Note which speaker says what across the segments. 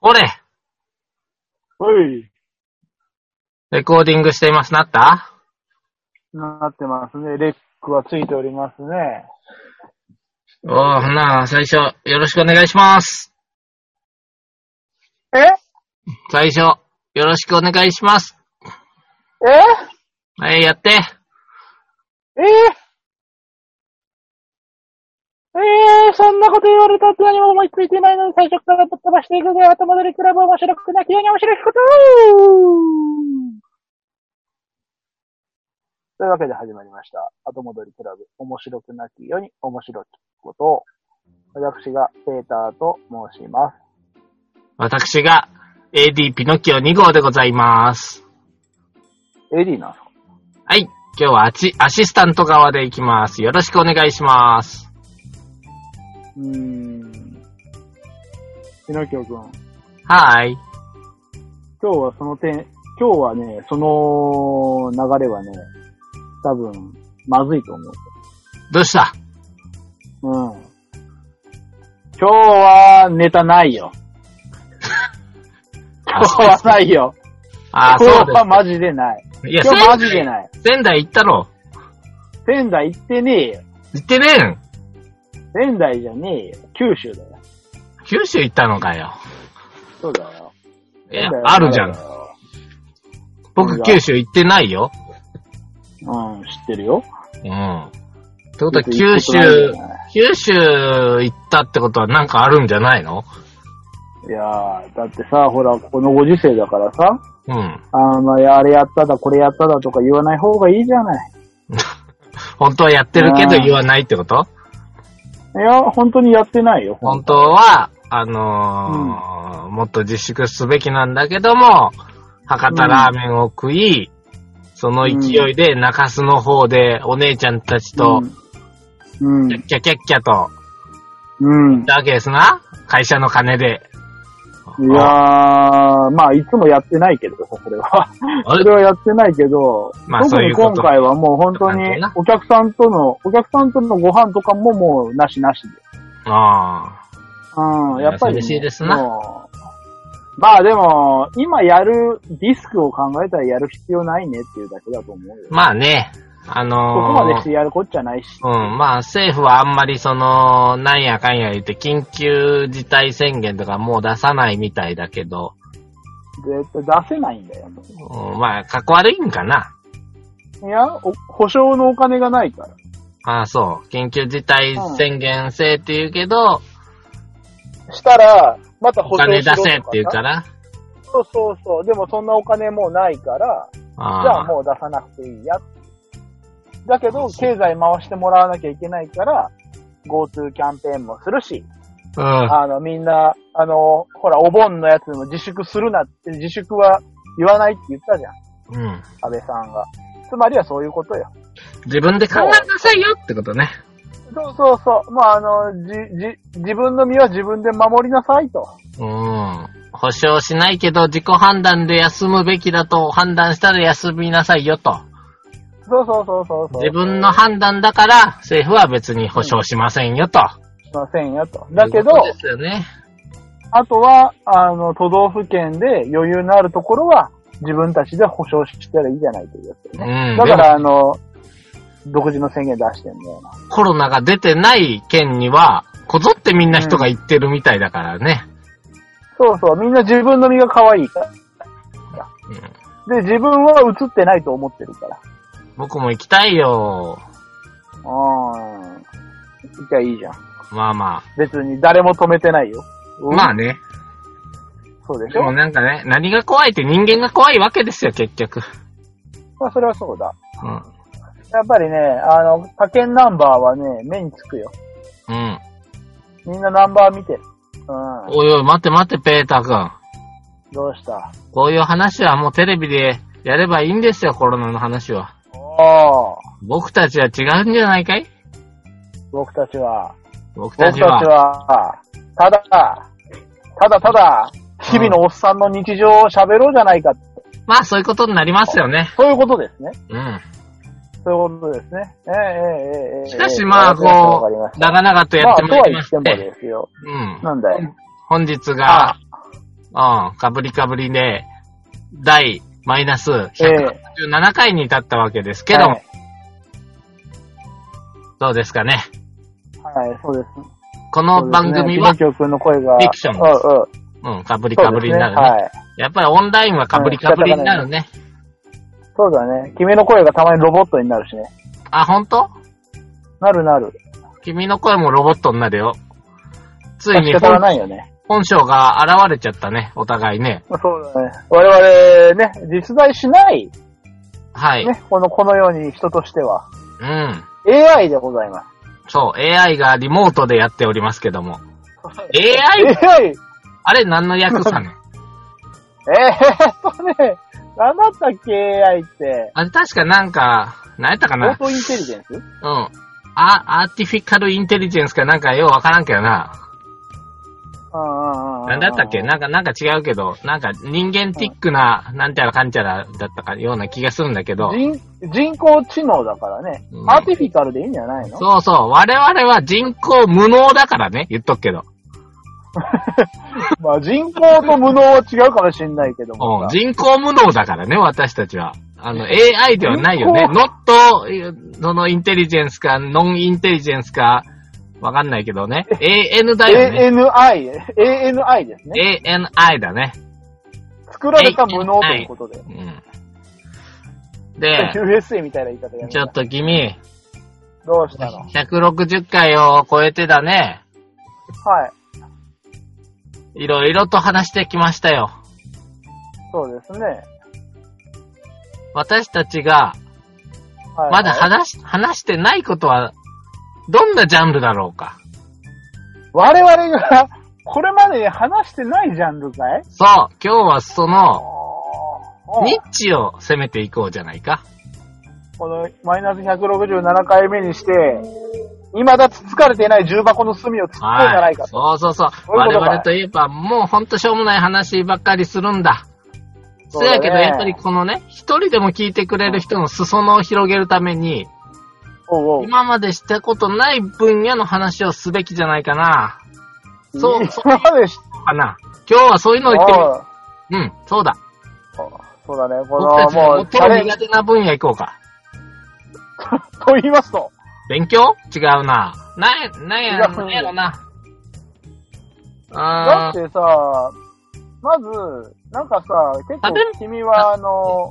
Speaker 1: おれ
Speaker 2: はい。
Speaker 1: レコーディングしています。なった
Speaker 2: なってますね。レックはついておりますね。
Speaker 1: おー、なあ、最初、よろしくお願いします。
Speaker 2: え
Speaker 1: 最初、よろしくお願いします。
Speaker 2: え
Speaker 1: はい、やって。
Speaker 2: えええそんなこと言われたって何も思いついてないので最初からぶっ飛ばしていくぜ。後戻りクラブ面白くなきように面白いことというわけで始まりました。後戻りクラブ面白くなきように面白きことを。私がペーターと申します。
Speaker 1: 私が、AD ピノキオ2号でございます。
Speaker 2: エリーなんですか
Speaker 1: はい、今日はアチアシスタント側で行きます。よろしくお願いします。
Speaker 2: うーん。ピノキオ君、
Speaker 1: はーい。
Speaker 2: 今日はその点、今日はね、その流れはね、多分、まずいと
Speaker 1: どうした
Speaker 2: 思う。うん。今日はネタないよ。
Speaker 1: あ
Speaker 2: 今日はないよ。
Speaker 1: あー、
Speaker 2: 今
Speaker 1: そう
Speaker 2: 日はマジでない。
Speaker 1: です。いや、
Speaker 2: 今日マジ
Speaker 1: 仙
Speaker 2: で
Speaker 1: 台、
Speaker 2: ない。
Speaker 1: 仙台行ったろ。
Speaker 2: 仙台行ってねえよ。
Speaker 1: 行ってねえん。
Speaker 2: 仙台じゃねえよ。九州だよ。
Speaker 1: 九州行ったのかよ。
Speaker 2: そうだよ。
Speaker 1: いや、あるじゃ
Speaker 2: ん。
Speaker 1: ん。僕、九州行ってないよ。
Speaker 2: うん、知ってるよ。
Speaker 1: うん。ってことは、
Speaker 2: 行
Speaker 1: 九
Speaker 2: くこ
Speaker 1: 州
Speaker 2: とないじゃない、
Speaker 1: 九州行ったってことはなんかあるんじゃないの
Speaker 2: いやー、だってさ、ほら、このご時世だからさ、
Speaker 1: うん。
Speaker 2: あの、いやあれやっただ、これやっただとか言わない方がいいじゃない。
Speaker 1: 本当はやってるけ
Speaker 2: あ
Speaker 1: ど
Speaker 2: ー
Speaker 1: 言わないってこと
Speaker 2: いや、本当にやってないよ。
Speaker 1: 本当は、あのーもっと自粛すべきなんだけども、博多ラーメンを食い、その勢いで中洲の方でお姉ちゃんたちと、
Speaker 2: うん。
Speaker 1: キャッキャキャッキャと、
Speaker 2: うん。うん
Speaker 1: 行っ。たわけですな会社の金で。
Speaker 2: いやー、まあ、いつもやってないけどさ、それは。
Speaker 1: あ
Speaker 2: そ
Speaker 1: れ
Speaker 2: れはやってないけど、
Speaker 1: まあ
Speaker 2: 特
Speaker 1: そうい
Speaker 2: に
Speaker 1: うこと
Speaker 2: 今回はもう本当に
Speaker 1: ちょっと関係な、
Speaker 2: お客さんとの、お客さんとのご飯とかももうなしなしで。
Speaker 1: あ
Speaker 2: うん、やっぱり、ね。
Speaker 1: 優しいですな
Speaker 2: もうまあでも、今やるリスクを考えたらやる必要ないねっていうだけだと思うよ
Speaker 1: ー。まあね、あ
Speaker 2: そこま
Speaker 1: の
Speaker 2: で
Speaker 1: ー
Speaker 2: してやるこっちゃないし。
Speaker 1: うん、まあ政府はあんまりその、なんやかんや言って緊急事態宣言とかもう出さないみたいだけど、
Speaker 2: 絶対出せないんだよ。
Speaker 1: うん、まあ、かっこ悪いんかな。
Speaker 2: いや、お保証のお金がないから。
Speaker 1: ああ、そう。緊急事態宣言制って言うけど、
Speaker 2: したら、また
Speaker 1: お
Speaker 2: 保証
Speaker 1: 金
Speaker 2: し
Speaker 1: 出
Speaker 2: ろと
Speaker 1: せって言う
Speaker 2: か
Speaker 1: か
Speaker 2: さ。
Speaker 1: ら、
Speaker 2: そうそうそう。でもそんなお金もうないから、じゃ
Speaker 1: あ
Speaker 2: あ
Speaker 1: あ、
Speaker 2: もう出さなくていいや。だけど、経済回してもらわなきゃいけないから、GoTo キャンペーンもするし、
Speaker 1: うん、
Speaker 2: あの、みんな、あの、ほら、お盆のやつも自粛するなって、自粛は言わないって言ったじゃん、
Speaker 1: うん。
Speaker 2: 安倍さんが。つまりはそういうことよ。
Speaker 1: 自分で考えなさいよってことね。
Speaker 2: そうそうそう。まあ、あの、じ、じ、自分の身は自分で守りなさいと。
Speaker 1: うん。保証しないけど、自己判断で休むべきだと判断したら休みなさいよと。
Speaker 2: そうそうそうそうそう。
Speaker 1: 自分の判断だから、政府は別に保証しませんよと。
Speaker 2: しませんよと。だ
Speaker 1: い
Speaker 2: けど
Speaker 1: う、ことですよね。
Speaker 2: あとは、あの、都道府県で余裕のあるところは、自分たちで保証したらいいじゃないというやつ
Speaker 1: う
Speaker 2: よね。
Speaker 1: ん。
Speaker 2: だか
Speaker 1: でも
Speaker 2: ら、あの、独自の宣言出してんだよな。
Speaker 1: コロナが出てない県には、こぞってみんな人が行ってるみたいだからね。
Speaker 2: そうそう、みんな自分の身が可愛いから。
Speaker 1: うん
Speaker 2: で、自分は映ってないと思ってるから。
Speaker 1: 僕も行きたいよ。
Speaker 2: うん。じゃあいいじゃん。
Speaker 1: まあま
Speaker 2: 別に誰も止めてないよ。
Speaker 1: あ。
Speaker 2: うん
Speaker 1: まあ。ね。
Speaker 2: そうでし
Speaker 1: で
Speaker 2: ょ
Speaker 1: もなんかね、何が怖いって人間が怖いわけですよ、結局。
Speaker 2: まあ、それはそうだ。
Speaker 1: うん。
Speaker 2: やっぱりね、あの、他県ナンバーはね、目につくよ。
Speaker 1: うん。
Speaker 2: みんなナンバー見てる。うん。
Speaker 1: おいおい、待って待って、ペーター君。
Speaker 2: どうした
Speaker 1: こういう話はもうテレビでやればいいんですよ、コロナの話は。
Speaker 2: おー、
Speaker 1: 僕たちは違うんじゃないかい
Speaker 2: 僕たちは。
Speaker 1: 僕
Speaker 2: 僕
Speaker 1: た
Speaker 2: た
Speaker 1: ち
Speaker 2: ち
Speaker 1: は。
Speaker 2: は、ただ、ただただ、日々のおっさんの日常を喋ろうじゃないか。
Speaker 1: まあ、そういうことになりますよね。
Speaker 2: そういうことですね。
Speaker 1: うん。
Speaker 2: そういうことですね。ええええええ。
Speaker 1: しかしまあ、
Speaker 2: わ
Speaker 1: こ
Speaker 2: かりまし
Speaker 1: う、
Speaker 2: た
Speaker 1: 長々とや
Speaker 2: まあ、
Speaker 1: って
Speaker 2: と
Speaker 1: まい
Speaker 2: は
Speaker 1: り
Speaker 2: 言
Speaker 1: ま
Speaker 2: っ
Speaker 1: して
Speaker 2: も
Speaker 1: て、
Speaker 2: ですよ。
Speaker 1: うん。
Speaker 2: なんだよ。
Speaker 1: 本日
Speaker 2: あ
Speaker 1: が、うん、かぶりかぶりで、第マイナス187回に立ったわけですけども、
Speaker 2: はい、
Speaker 1: どうですかね。
Speaker 2: はい、そうです。
Speaker 1: この番組は、
Speaker 2: そうですね、ピノキオ君の声が。
Speaker 1: フィクションですうん、かぶりかぶりになるね。
Speaker 2: そうですね。はい。
Speaker 1: やっぱりオンラインはかぶりかぶりになるね。
Speaker 2: そうだね。君の声がたまにロボットになるしね。
Speaker 1: あ、ほんと
Speaker 2: なるなる。
Speaker 1: 君の声もロボットになるよ。つい
Speaker 2: 仕
Speaker 1: に
Speaker 2: 方が
Speaker 1: 本
Speaker 2: ないよね。
Speaker 1: 本性が現れちゃったね、お互いね。
Speaker 2: まあそうだね。我々ね、実在しない、
Speaker 1: はい。
Speaker 2: ね、この、このように人としては、
Speaker 1: うん。
Speaker 2: AI でございます。
Speaker 1: そう、AI がリモートでやっておりますけども。AI?
Speaker 2: AI!
Speaker 1: あれ何の役さね
Speaker 2: えーっとね、なんだったっけ AI って。
Speaker 1: あれ確かなんか、何やったか
Speaker 2: オー
Speaker 1: な
Speaker 2: トインテリジェンス
Speaker 1: うん。あ、アーティフィカルインテリジェンスかなんかようわからんけどな。
Speaker 2: な
Speaker 1: なんだったっけなんか、なんか違うけど、なんか人間ティックな、なんちゃらかんちゃらだったかような気がするんだけど。
Speaker 2: 人人工知能だからね、
Speaker 1: うん
Speaker 2: アーティフィカルでいいんじゃないの
Speaker 1: そうそう。我々は人工無能だからね。言っとくけど。
Speaker 2: まあ人工と無能は違うかもしれないけど
Speaker 1: う
Speaker 2: も
Speaker 1: ん。
Speaker 2: さ。
Speaker 1: 人工無能だからね、私たちは。あの、AI ではないよね。
Speaker 2: 人工
Speaker 1: ノット、そのインテリジェンスか、ノンインテリジェンスか、わかんないけどね。AN だよね。
Speaker 2: ANI、ANI ですね。
Speaker 1: ANI だね。
Speaker 2: 作られた無能ということで。
Speaker 1: うん。で、
Speaker 2: USA みたいな言い方やめな
Speaker 1: ちょっと君、
Speaker 2: どうしたの
Speaker 1: 160回を超えてだね。
Speaker 2: はい。
Speaker 1: いろいろと話してきましたよ。
Speaker 2: そうですね。
Speaker 1: 私たちが、
Speaker 2: はい、
Speaker 1: まだ話し、話してないことは、どんなジャンルだろうか。
Speaker 2: 我々が、これまで話してないジャンルかい
Speaker 1: そう、今日はその、
Speaker 2: うん
Speaker 1: ニッチを攻めていこうじゃないか。
Speaker 2: このマイナス167回目にして、未だつつかれていない重箱の隅を突っ込んじゃないかと。
Speaker 1: そうそうそう。
Speaker 2: そう
Speaker 1: 我
Speaker 2: いうことか
Speaker 1: 々といえば、もうほんとしょうもない話ばっかりするんだ。そ
Speaker 2: そ
Speaker 1: う
Speaker 2: うだ
Speaker 1: や
Speaker 2: ね
Speaker 1: けど、やっぱりこのね、一人でも聞いてくれる人の裾野を広げるために、
Speaker 2: おうおう
Speaker 1: 今までしたことない分野の話をすべきじゃないかな。そう、そ
Speaker 2: 今までし
Speaker 1: うかな。今日はそういうのを言って
Speaker 2: おう
Speaker 1: みる。うん、そうだ。
Speaker 2: そうだね、こ
Speaker 1: 僕た
Speaker 2: の、
Speaker 1: ちの
Speaker 2: もう、チャ
Speaker 1: 最も
Speaker 2: レンジ
Speaker 1: 苦手な分野行こうか。
Speaker 2: と言いますと、
Speaker 1: 勉強違うな。なんや、なんや、
Speaker 2: 違う
Speaker 1: なんやろな。
Speaker 2: だ
Speaker 1: あ
Speaker 2: っ
Speaker 1: ー
Speaker 2: てさ、まず、なんかさ、結
Speaker 1: 食べる
Speaker 2: 構君は、あの、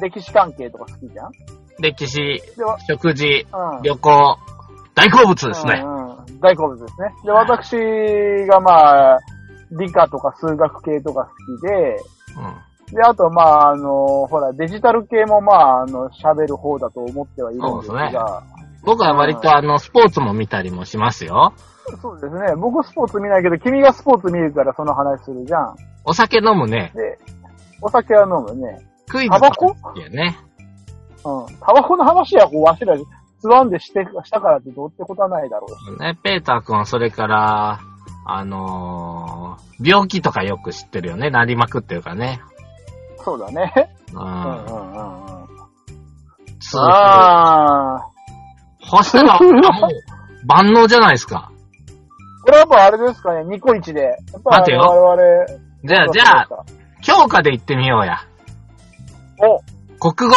Speaker 2: 歴史関係とか好きじゃん
Speaker 1: 歴史、
Speaker 2: では、
Speaker 1: 食事、
Speaker 2: うん。
Speaker 1: 旅行、大好物ですね
Speaker 2: う。んうん大好物ですね。で、私がまあ、理科とか数学系とか好きで、
Speaker 1: うん。
Speaker 2: で、あとまあ、あの、ほら、デジタル系もまあ、あの、喋る方だと思ってはいるんですが、
Speaker 1: 僕は割とあの、スポーツも見たりもしますよ。
Speaker 2: そうですね。僕スポーツ見ないけど、君がスポーツ見るからその話するじゃん。
Speaker 1: お酒飲むね。
Speaker 2: で、お酒は飲むね。
Speaker 1: クイズ
Speaker 2: タバコ
Speaker 1: いやね。
Speaker 2: うん。タバコの話はこう、わしら、つまんでして、したからってどうってことはないだろうし。
Speaker 1: ね、ペーター君はそれから、あのー、病気とかよく知ってるよね。なりまくってるからね。
Speaker 2: そうだね。
Speaker 1: う。
Speaker 2: うんんうんうんうん。
Speaker 1: 痛風。
Speaker 2: ああ。
Speaker 1: そした ら、もう、万能じゃないですか。
Speaker 2: これはやっぱあれですかね、ニコイチで。やっぱ
Speaker 1: 待て
Speaker 2: り
Speaker 1: よ
Speaker 2: 我々。
Speaker 1: じゃあ、じゃあ、強化で言ってみようや。
Speaker 2: お、
Speaker 1: 国語。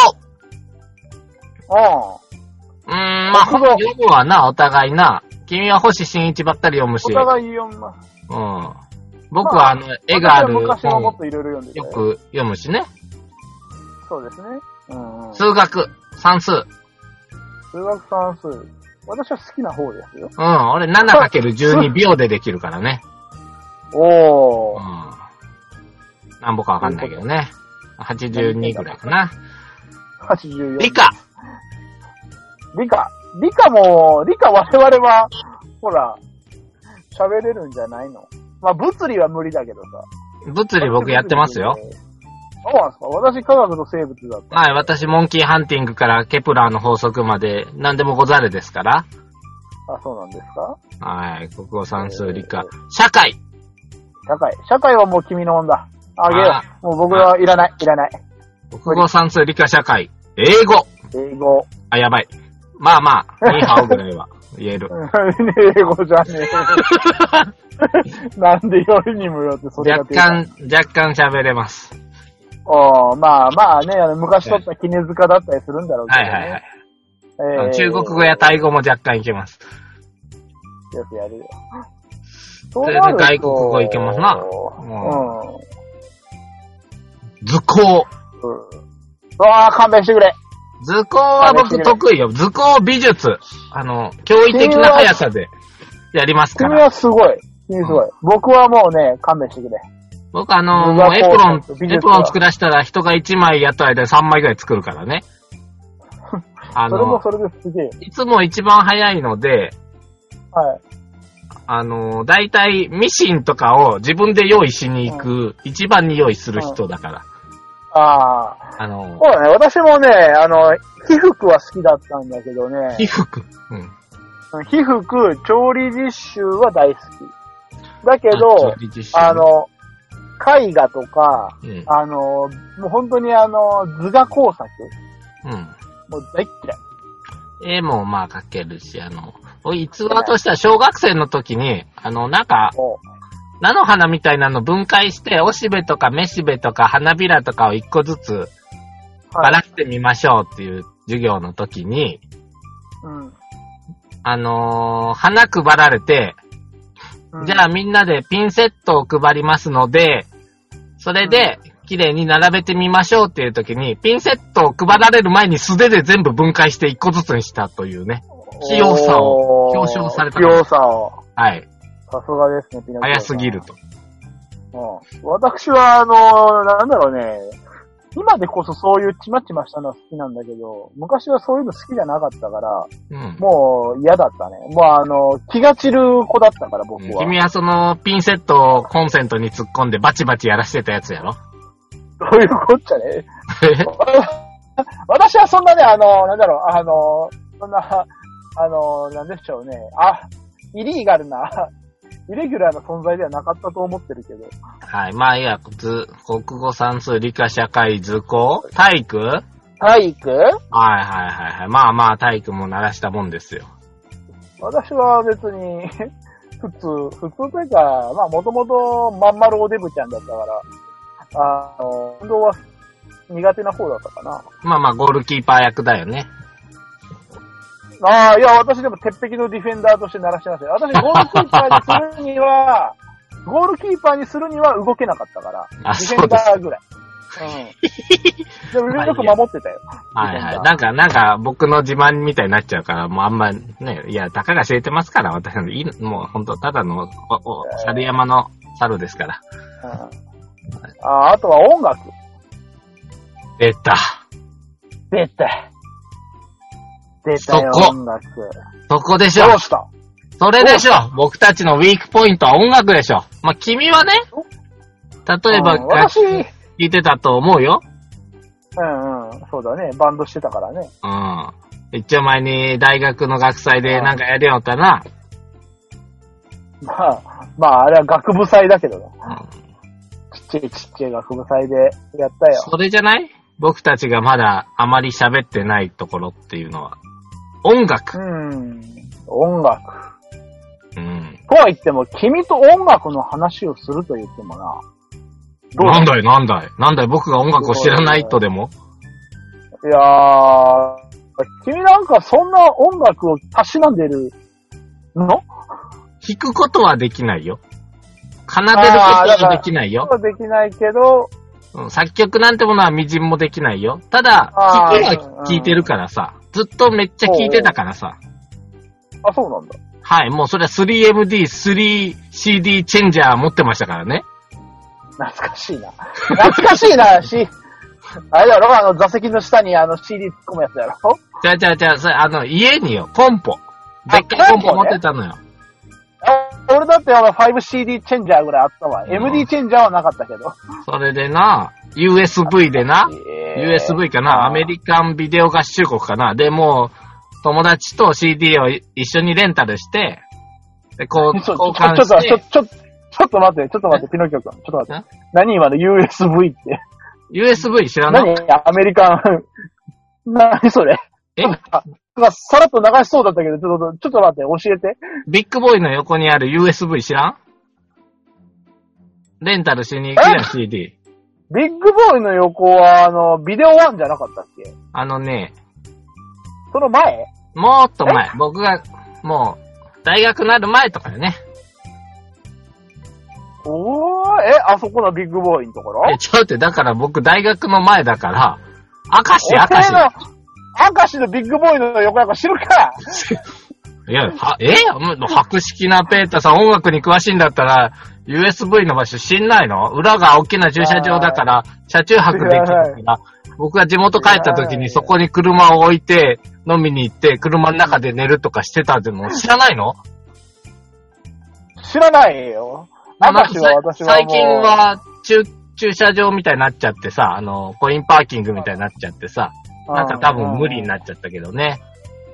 Speaker 2: うん。
Speaker 1: うーん、まあ、
Speaker 2: 国語
Speaker 1: 読むわな、お互いな。君は星新一ばっかり読むし。
Speaker 2: お互い読みます。
Speaker 1: うん。僕は、あの、絵がある
Speaker 2: 私は昔は
Speaker 1: 本
Speaker 2: もっ
Speaker 1: を
Speaker 2: といろいろ読んでて
Speaker 1: よ。く読むしね。
Speaker 2: そうですね。うんうん。数
Speaker 1: 数学、算数。
Speaker 2: 学算数。私は好きな方ですよ。
Speaker 1: うん、俺 7×12 秒でできるからね。
Speaker 2: お
Speaker 1: う
Speaker 2: ー。
Speaker 1: ん。なんぼかわかんないけどね。82ぐらいかな。
Speaker 2: 84。
Speaker 1: 理科
Speaker 2: 理科。理科も、理科我々は、ほら、喋れるんじゃないのまあ、物理は無理だけどさ。
Speaker 1: 物理僕やってますよ。。
Speaker 2: そうなんですか私科学と生物だった。
Speaker 1: はい、私、モンキーハンティングからケプラーの法則まで何でもござるですから。
Speaker 2: あ、そうなんですか
Speaker 1: はい、国語算数理
Speaker 2: え
Speaker 1: 科。社会
Speaker 2: 社会。社会はもう君のもんだ。あげよう。もう僕はいらない。いらない。
Speaker 1: 国語算数理科社会。英語
Speaker 2: 英語。
Speaker 1: あ、やばい。まあまあ、ニーハオぐらいは言える
Speaker 2: う。ん英語じゃね なんでよりにもよって それが
Speaker 1: 若
Speaker 2: 出た
Speaker 1: 干、若干喋れます。
Speaker 2: おーまあまあね、あの昔撮った絹塚だったりするんだろうけ
Speaker 1: は
Speaker 2: ど、
Speaker 1: い
Speaker 2: ね。
Speaker 1: はいはい。
Speaker 2: えー
Speaker 1: 中国語やタイ語も若干いけます。
Speaker 2: よくやるよ。そ
Speaker 1: それで外国語いけますな
Speaker 2: うん。
Speaker 1: 図工。
Speaker 2: うん。うわあ、勘弁してくれ。
Speaker 1: 図工は僕得意よ。図工美術。あの、驚異的な速さでやりますか
Speaker 2: 君
Speaker 1: ら。
Speaker 2: はすごい。君すごい。僕はもうね、勘弁してくれ。
Speaker 1: 僕あの、
Speaker 2: 図画
Speaker 1: もうエプロン、
Speaker 2: 工作美術は
Speaker 1: エプロン作らしたら人が1枚やった間に3枚ぐらい作るから ね。あ
Speaker 2: それも
Speaker 1: の、
Speaker 2: それですげえ。
Speaker 1: いつも一番早いので、
Speaker 2: はい。
Speaker 1: あの、大体ミシンとかを自分で用意しに行く、一番に用意する人だから。
Speaker 2: ああ。
Speaker 1: あの
Speaker 2: そ、うだね。私もね、あの、被服は好きだったんだけどね。
Speaker 1: 被服。うん。
Speaker 2: 被服、調理実習は大好き。だけ
Speaker 1: あ
Speaker 2: ど、
Speaker 1: 調理実習
Speaker 2: あ、の、絵画とか、
Speaker 1: うん。
Speaker 2: あの、もう本当にあの、図画工作、
Speaker 1: うん。
Speaker 2: もう大っ嫌い。
Speaker 1: 絵もまあ描けるし、あの、お逸話としては小学生の時に、あの、なんか、
Speaker 2: も
Speaker 1: 菜の花みたいなの分解して、おしべとかめしべとか花びらとかを一個ずつ
Speaker 2: う、
Speaker 1: ば
Speaker 2: は
Speaker 1: ら
Speaker 2: い。
Speaker 1: してみましょうっていう授業の時に、
Speaker 2: うん
Speaker 1: あのー花配られて、
Speaker 2: うん。
Speaker 1: じゃあみんなでピンセットを配りますので、それで綺麗に並べてみましょうっていう時に、ピンセットを配られる前に素手で全部分解して一個ずつにしたというね。器用さを
Speaker 2: おー
Speaker 1: 表彰された
Speaker 2: 器用さを。
Speaker 1: はい。
Speaker 2: さすがですね、ピノキオさん
Speaker 1: 早すぎる。と。
Speaker 2: うん私は、あの、なんだろうね、今でこそそういうちまちましたのは好きなんだけど、昔はそういうの好きじゃなかったから、
Speaker 1: うん。
Speaker 2: もう嫌だったね。もうあの、気が散る子だったから、僕は。
Speaker 1: 君はそのピンセットをコンセントに突っ込んでバチバチやらしてたやつやろ
Speaker 2: そういうこっちゃね。 私はそんなね、あの、なんだろう、あの、そんな、あの、なんでしょうね。あ、イリーガルな、イレギュラーな存在ではなかったと思ってるけど。
Speaker 1: はい。まあ、いや、図、国語算数理科社会図工体育はい
Speaker 2: 体育
Speaker 1: はいはいはい。まあまあ体育も鳴らしたもんですよ。
Speaker 2: 私は別に、 普通、普通というか、まあもともとまん丸おデブちゃんだったから、あの、運動は苦手な方だったかな。
Speaker 1: まあまあゴールキーパー役だよね。
Speaker 2: ああ、いや、私でも鉄壁のディフェンダーとして鳴らしてますよ。私、ゴールキーパーにするには、 ゴールキーパーにするには動けなかったから、デ
Speaker 1: あ
Speaker 2: ィフェンダーぐらい。うん。でも、よく守ってたよ。
Speaker 1: はいはい。
Speaker 2: ディフェンダー
Speaker 1: なんか、なんか僕の自慢みたいになっちゃうから、もうあんまね、いや、たかが知れてますから、私なんていい、もうほんとただの、お、お、猿山の猿ですから。
Speaker 2: うん、あああとは音楽。
Speaker 1: 出た。
Speaker 2: 出た。出たよ、
Speaker 1: そこ
Speaker 2: 音楽。
Speaker 1: そこでしょ
Speaker 2: どうした
Speaker 1: それでしょ僕たちのウィークポイントは音楽でしょまあ、君はね、例えば
Speaker 2: うん、私、
Speaker 1: 楽
Speaker 2: うん
Speaker 1: 器聴いてたと思うよ。
Speaker 2: うん、そうだね。バンドしてたからね。
Speaker 1: うん。一応前に大学の学祭で
Speaker 2: うん
Speaker 1: なんかやりよったな。
Speaker 2: まあ、まあ、あれは学部祭だけどね。
Speaker 1: うん
Speaker 2: ちっちゃいちっちゃい学部祭でやったよ。
Speaker 1: それじゃない僕たちがまだあまり喋ってないところっていうのは、音
Speaker 2: う
Speaker 1: 楽。
Speaker 2: ん、音楽。
Speaker 1: うん。
Speaker 2: とは言っても、君と音楽の話をすると言ってもな。どう
Speaker 1: なんだいなんだいなんだい僕が音楽を知らないとでも
Speaker 2: いやー、君なんかそんな音楽をたしなんでるの
Speaker 1: 弾くことはできないよ。奏でること
Speaker 2: あーだか
Speaker 1: は
Speaker 2: ら
Speaker 1: できない
Speaker 2: そ
Speaker 1: よ
Speaker 2: う。はできないけど、
Speaker 1: うん作曲なんてものは微塵もできないよ。ただ、
Speaker 2: あー
Speaker 1: 聞くのは聞いてるからさ。ずっとめっちゃ聞いてたからさ。
Speaker 2: あ、そうなんだ。
Speaker 1: はい、もうそれは 3MD、3CD チェンジャー持ってましたからね。
Speaker 2: 懐かしいな。懐かしいな、し、あれだろ、あの座席の下にあの CD 突っ込むやつだろ。
Speaker 1: じゃあじゃあじゃあ、それあの、家によ、コンポ。でっかいコ
Speaker 2: コ
Speaker 1: ンポ
Speaker 2: ンポね
Speaker 1: 持ってたのよ。
Speaker 2: あ俺だってあの 5CD チェンジャーぐらいあったわ。
Speaker 1: うん
Speaker 2: MD チェンジャーはなかったけど。
Speaker 1: それでな、USB でな、
Speaker 2: えー
Speaker 1: USB かな、アメリカンビデオ合衆国かな。で、もう、友達と CD をい一緒にレンタルして、で、こう、
Speaker 2: ちょ
Speaker 1: 交
Speaker 2: ちょ
Speaker 1: 換
Speaker 2: ちょっと、
Speaker 1: し
Speaker 2: ちょ、
Speaker 1: て、
Speaker 2: ちょ、ちょっと待って、ちょっと待って、ピノキオ君。ちょっと待って。何今の USB って。
Speaker 1: USB 知らない
Speaker 2: 何アメリカン。 何それ。
Speaker 1: え
Speaker 2: なんかさらっと流しそうだったけど、ちょっと、ちょっと待って、教えて。
Speaker 1: ビッグボーイの横にある USB 知らんレンタルしに行くやん、CD。
Speaker 2: ビッグボーイの横は、あの、ビデオワンじゃなかったっけ
Speaker 1: あのね、
Speaker 2: その前
Speaker 1: もっと前、僕が、もう、大学なる前とかよね。
Speaker 2: おー、え、あそこのビッグボーイのところ
Speaker 1: え、ちょっと待って、だから僕大学の前だから、明石、
Speaker 2: お
Speaker 1: 明
Speaker 2: 前
Speaker 1: 石。
Speaker 2: の、明石のビッグボーイの横なんか知るか
Speaker 1: いや、は、えもう博識なペーターさん、音楽に詳しいんだったら、USB の場所知んないの裏が大きな駐車場だから、車中泊できるから、僕が地元帰った時
Speaker 2: いや
Speaker 1: にそこに車を置いて、飲みに行って、車の中で寝るとかしてたって の知らないの
Speaker 2: 知らないよ。明石
Speaker 1: な
Speaker 2: は
Speaker 1: んか
Speaker 2: 私
Speaker 1: さ
Speaker 2: はもう
Speaker 1: 最近、は駐、駐車場みたいになっちゃってさ、あの、コインパーキングみたいになっちゃってさ、
Speaker 2: う
Speaker 1: なんか多分無理になっちゃったけどね。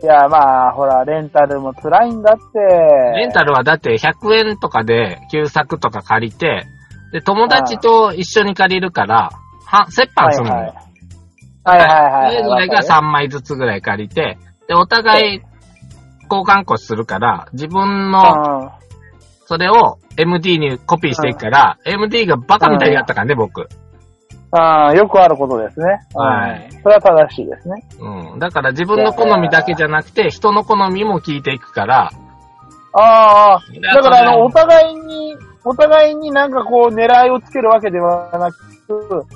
Speaker 2: いや、まあ、ほら、レンタルも辛いんだって。
Speaker 1: レ
Speaker 2: レ
Speaker 1: ンタルはだって100円とかで旧作とか借りて、で、友達と一緒に借りるから、は、折半するのよ。
Speaker 2: はいはいはい。はいはいはい。
Speaker 1: それぞれが3枚ずつぐらい借りて、で、お互い交換個するから、自分の
Speaker 2: うん。
Speaker 1: それを MD にコピーしていくから、MD がバカみたいになったからね、僕。
Speaker 2: ああ、よくあることですね。
Speaker 1: はい
Speaker 2: うんそれは正しいですね。
Speaker 1: うん。だから自分の好みだけじゃなくて、人の好みも聞いていくから、
Speaker 2: ああ、だから、あ
Speaker 1: それ
Speaker 2: の、お互いに、お互いになんかこう、狙いをつけるわけではなく、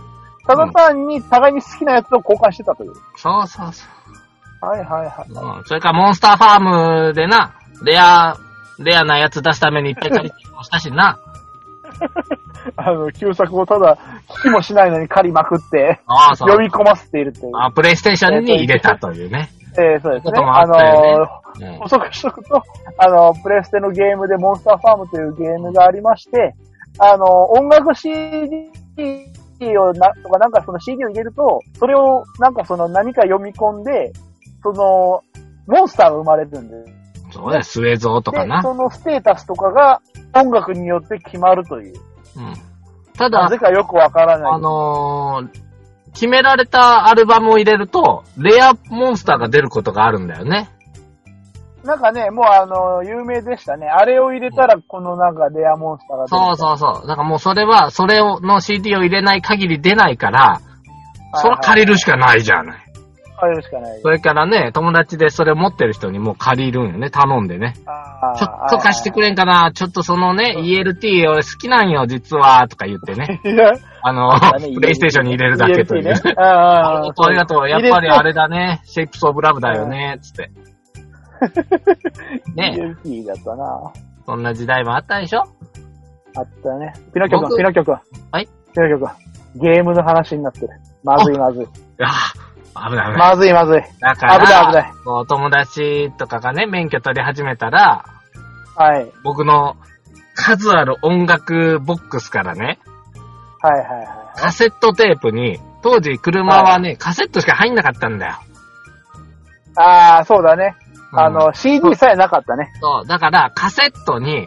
Speaker 2: ただ単に互いに好きなやつを交換してたという。
Speaker 1: そうそうそう。
Speaker 2: はいはいはい。
Speaker 1: うんそれからモンスターファームでな、レア、レアなやつ出すためにいっぱい借りてもしたしな。
Speaker 2: あの、旧作をただ、聞きもしないのに借りまくって、
Speaker 1: ああ、そ
Speaker 2: 呼
Speaker 1: う。
Speaker 2: び込ませているという。
Speaker 1: あプレイステーションに入れたというね。
Speaker 2: えーそうです
Speaker 1: こ
Speaker 2: ね。
Speaker 1: ともあ
Speaker 2: あ
Speaker 1: ったよね
Speaker 2: の、補足しとくと、あの、プレステのゲームでモンスターファームというゲームがありまして、あの、音楽 CD をな、とかなんかその CD を入れると、それをなんかその何か読み込んで、その、モンスターが生まれるんで。
Speaker 1: うん、そうだよ、スウェゾーとか
Speaker 2: で、
Speaker 1: な。
Speaker 2: そのステータスとかが音楽によって決まるという。
Speaker 1: うん、た
Speaker 2: な
Speaker 1: だ
Speaker 2: ぜ、かよくわからない。
Speaker 1: あのー決められたアルバムを入れると、レアモンスターが出ることがあるんだよね。
Speaker 2: なんかね、もうあの、有名でしたね。あれを入れたら、このなんかレアモンスターが出る。
Speaker 1: そうそうそう。だからもうそれは、それをの CD を入れない限り出ないから、それは借りるしかないじゃない。
Speaker 2: 借りるしかない。
Speaker 1: それからね、友達でそれを持ってる人にもう借りるんよね、頼んでね。
Speaker 2: あー
Speaker 1: ちょっと貸してく
Speaker 2: は
Speaker 1: れんかな、ちょっとそのね、ELT 俺好きなんよ、実は、とか言ってね。
Speaker 2: いはいいや、
Speaker 1: あ の、 プレイステーションに入れるだけという。
Speaker 2: ね。あ
Speaker 1: あ
Speaker 2: あ
Speaker 1: りが
Speaker 2: あ
Speaker 1: とう、ありがとう。やっぱりあれだね。シェイプスオブラブだよね、つって。ね
Speaker 2: ELT だったな。
Speaker 1: そんな時代もあったでしょ
Speaker 2: あったね。ピノキョ君、
Speaker 1: 僕
Speaker 2: ピノキョ君。
Speaker 1: はい
Speaker 2: ピノキョ君。ゲームの話になってる。まずいまずい。
Speaker 1: ああ、危ない危ない。
Speaker 2: まずいまずい。
Speaker 1: だから、
Speaker 2: 危ない危ない
Speaker 1: こう友達とかがね、免許取り始めたら、
Speaker 2: はい。はい
Speaker 1: 僕の数ある音楽ボックスからね、
Speaker 2: はいは
Speaker 1: カセットテープに、当時車はね、カセットしか入んなかったんだよ。
Speaker 2: い。ああ、そうだね。あ
Speaker 1: うん
Speaker 2: の、CD さえなかったね。
Speaker 1: そう、だからカセットに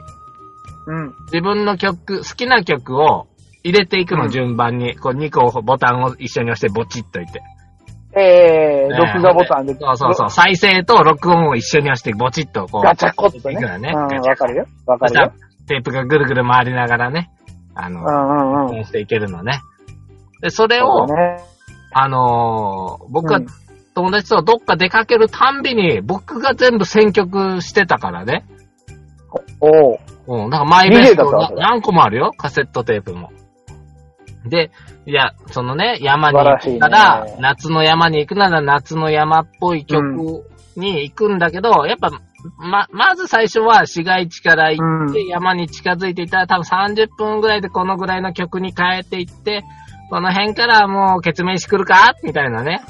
Speaker 2: うん。
Speaker 1: 自分の曲、好きな曲を入れていく
Speaker 2: う
Speaker 1: の
Speaker 2: ん
Speaker 1: 順番に、こう2個ボタンを一緒に押してボチッといて。
Speaker 2: えー、
Speaker 1: ね
Speaker 2: 録画ボタンで。
Speaker 1: そうそうそう、再生と録音を一緒に押してボチッとこう。
Speaker 2: ガチャコって
Speaker 1: い
Speaker 2: ね。
Speaker 1: く
Speaker 2: う
Speaker 1: のね
Speaker 2: ん、
Speaker 1: ガチャコ
Speaker 2: わかるよ。わか
Speaker 1: そし
Speaker 2: る
Speaker 1: たら
Speaker 2: よ。
Speaker 1: テープがぐるぐる回りながらね、あの
Speaker 2: う、んうんう
Speaker 1: 録
Speaker 2: ん。
Speaker 1: 音していけるのね。で、それを、
Speaker 2: そうね。
Speaker 1: あのー僕は
Speaker 2: うん
Speaker 1: 友達とどっか出かけるたんびに、僕が全部選曲してたからね。
Speaker 2: おう。
Speaker 1: うん、だからマイベスト
Speaker 2: DJ だったわけだ
Speaker 1: 何個もあるよ、カセットテープも。で、いや、そのね、山に
Speaker 2: 素晴ら
Speaker 1: 行
Speaker 2: しいね
Speaker 1: くなら、夏の山に行くなら夏の山っぽい曲に行くんだけど、やっぱ、ま、まず最初は市街地から行って、
Speaker 2: う
Speaker 1: 山に近づいていたら多分30分ぐらいでこのぐらいの曲に変えていって、この辺からもう、ケツメイシ来るかみたいなね。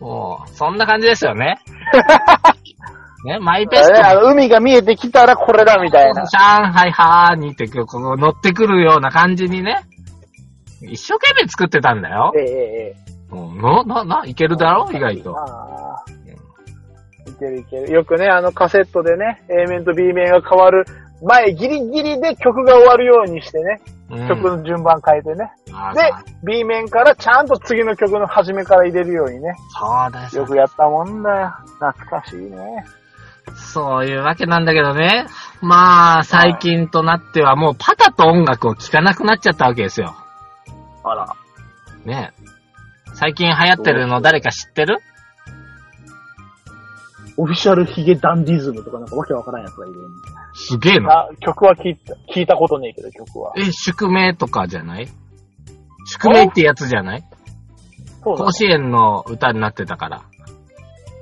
Speaker 1: もう、そんな感じですよ ね。ね、マイベス
Speaker 2: あ
Speaker 1: ト
Speaker 2: れあの海が見えてきたらこれだみたいな。
Speaker 1: 上海ハーにって、こう乗ってくるような感じにね、一生懸命作ってたんだよ
Speaker 2: え。えええ。
Speaker 1: うんな、な、な、いけるだろ意外と。
Speaker 2: あーいけるいける。よくね、あのカセットでね、A 面と B 面が変わる前ギリギリで曲が終わるようにしてね、
Speaker 1: うん
Speaker 2: 曲の順番変えてね。
Speaker 1: あー
Speaker 2: で、B 面からちゃんと次の曲の始めから入れるようにね、
Speaker 1: そうです
Speaker 2: よ。くやったもんだよ。懐かしいね。
Speaker 1: そういうわけなんだけどね。まあ、最近となってはもうパタと音楽を聴かなくなっちゃったわけですよ。
Speaker 2: あら。
Speaker 1: ねえ最近流行ってるの誰か知ってる
Speaker 3: オフィシャルヒゲダンディズムとかなんかわけわからんやつがいる。
Speaker 1: すげえな。
Speaker 2: な、曲は聞いた、聞いたことねえけど、曲は。
Speaker 1: え、宿命とかじゃない宿命ってやつじゃない
Speaker 2: そうだ、
Speaker 1: 甲子園の歌になってたから。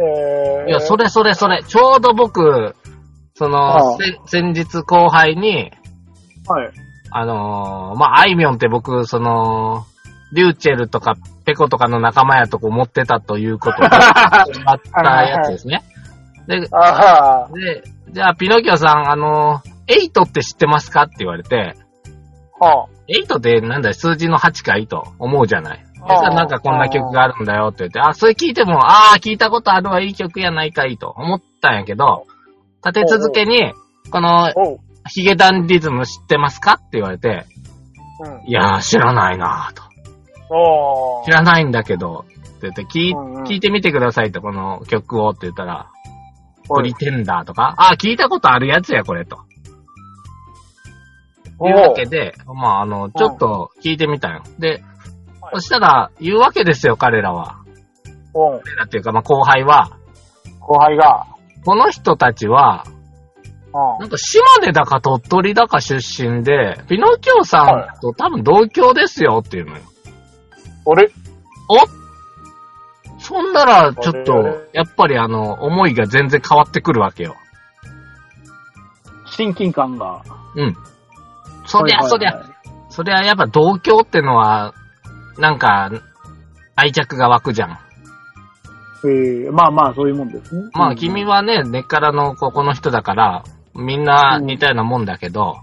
Speaker 2: えー、
Speaker 1: いや、それそれそれ。ちょうど僕、そ
Speaker 2: あ
Speaker 1: の
Speaker 2: あ、
Speaker 1: せ先日後輩に、
Speaker 3: はい。
Speaker 1: あのーまあ、あいみょんって僕、その、リューチェルとかペコとかの仲間やとこ思ってたという ことで、あったやつですね。で、
Speaker 2: ああ、
Speaker 1: で、じゃあ、ピノキオさん、あのー、エイトって知ってますかって言われて、
Speaker 2: は
Speaker 1: エイトってなんだ数字の8かいと思うじゃない。で
Speaker 2: ああ
Speaker 1: なんかこんな曲があるんだよって言って、あ、それ聞いても、ああ、聞いたことあるわ、いい曲やないかいと思ったんやけど、立て続けに、この
Speaker 2: あ、、おう。
Speaker 1: ヒゲダンディズム知ってますかって言われて、
Speaker 2: うん。
Speaker 1: いやー、知らないなぁと。
Speaker 2: おー
Speaker 1: 知らないんだけど、って言って、聞い
Speaker 2: うんうん
Speaker 1: 聞いてみてくださいと、この曲をって言ったら、
Speaker 2: お
Speaker 1: プ
Speaker 2: い
Speaker 1: リテンダーとか、あ、聞いたことあるやつや、これと。
Speaker 2: お
Speaker 1: いうわ
Speaker 2: う
Speaker 1: けで、まあ、あの、ちょっと聞いてみたよ。で、そしたら、言うわけですよ、彼らは。
Speaker 2: うん。
Speaker 1: 彼らっていうか、まあ、後輩は、
Speaker 2: 後輩が、
Speaker 1: この人たちは、
Speaker 2: うん。
Speaker 1: なんか島根だか鳥取だか出身で、ピノキオさんと多分同郷ですよっていうのよ。
Speaker 2: 俺、
Speaker 1: そんなら、ちょっ
Speaker 2: あれあれ
Speaker 1: と、やっぱりあの、思いが全然変わってくるわけよ。
Speaker 3: 親近感が。
Speaker 1: うん。そりゃ、そりゃ、
Speaker 3: はいはいはい
Speaker 1: そりゃやっぱ同郷ってのは、なんか、愛着が湧くじゃん。
Speaker 3: えーまあまあ、そういうもんですね。
Speaker 1: ま
Speaker 3: う
Speaker 1: あ
Speaker 3: ん
Speaker 1: 君はね、根っからのここの人だから、みんな似たようなもんだけど、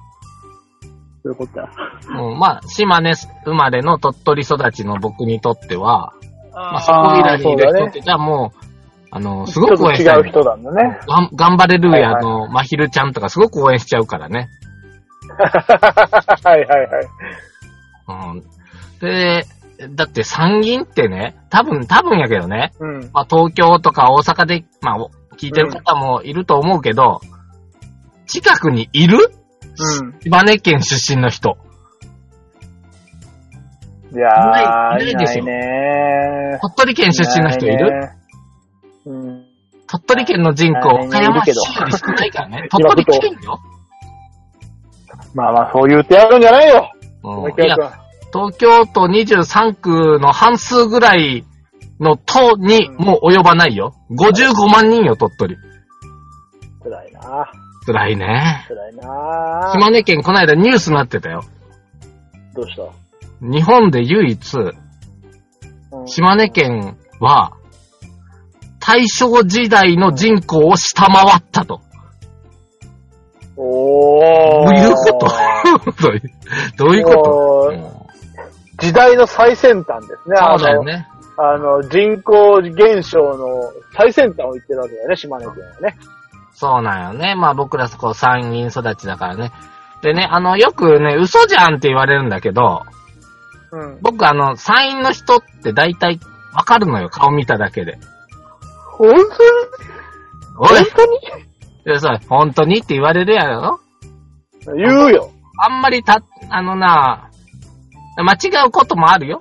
Speaker 3: そういうことや。
Speaker 1: うん、まあ島根生まれの鳥取育ちの僕にとっては、まあそ
Speaker 2: あ
Speaker 1: こ以来にいる
Speaker 2: そうだ
Speaker 1: 人
Speaker 2: ね
Speaker 1: って、じゃあもう、あの、す
Speaker 2: ー
Speaker 1: ご
Speaker 2: ちょっ
Speaker 1: く
Speaker 2: と
Speaker 1: 応援し
Speaker 2: 違
Speaker 1: た
Speaker 2: う
Speaker 1: い。
Speaker 2: 人なんだね。
Speaker 1: がん頑張れるや、
Speaker 2: はいはい
Speaker 1: あの、まひるちゃんとかすごく応援しちゃうからね。
Speaker 2: はいはいは
Speaker 1: う
Speaker 2: い。
Speaker 1: ん。で、だって参議院ってね、多分、多分やけどね、
Speaker 2: うん。
Speaker 1: まあ東京とか大阪で、まあお聞いてる方もいると思うけど、近くにいる
Speaker 2: う
Speaker 1: 島根県出身の人。
Speaker 2: ん。
Speaker 1: い
Speaker 2: いやー、
Speaker 1: ないいないですよ
Speaker 2: いね
Speaker 1: 鳥取県出身の人い
Speaker 2: な
Speaker 1: る
Speaker 2: ねうん。
Speaker 1: 鳥取県の人口、
Speaker 2: い
Speaker 1: 岡
Speaker 2: ないねい
Speaker 1: 山
Speaker 2: る
Speaker 1: 市
Speaker 2: けど
Speaker 1: より少ないからね。
Speaker 2: 今
Speaker 1: 鳥取県よ。
Speaker 2: まあまあ、そう言ってやるんじゃないよ。
Speaker 1: うん
Speaker 2: もう一
Speaker 1: い
Speaker 2: 回
Speaker 1: や
Speaker 2: やる、
Speaker 1: 東京都23区の半数ぐらいの都にもう及ばないよ。55万人よ、鳥取。
Speaker 2: 辛いな
Speaker 1: 辛いね。
Speaker 2: 辛いな
Speaker 1: 島根県この間ニュースなってたよ。
Speaker 2: どうした、
Speaker 1: 日本で唯一、
Speaker 2: うん
Speaker 1: 島根県は、大正時代の人口を下回ったと。ど
Speaker 2: おー。
Speaker 1: ういうこと どういうどういうこと
Speaker 2: おー
Speaker 1: うん
Speaker 2: 時代の最先端ですね。
Speaker 1: そうだよね。
Speaker 2: あの、あの人口減少の最先端を言ってるわけだよね、島根県はね。
Speaker 1: そうなんよね。まあ僕らそこ参院育ちだからね。でね、あの、よくね、嘘じゃんって言われるんだけど、
Speaker 2: うん。
Speaker 1: 僕あの、参院の人って大体わかるのよ、顔見ただけで。
Speaker 2: 本当に
Speaker 1: おい
Speaker 2: 当に
Speaker 1: でそう本当にって言われるやろ
Speaker 2: 言うよ。
Speaker 1: あんまりた、あのな、間違うこともあるよ。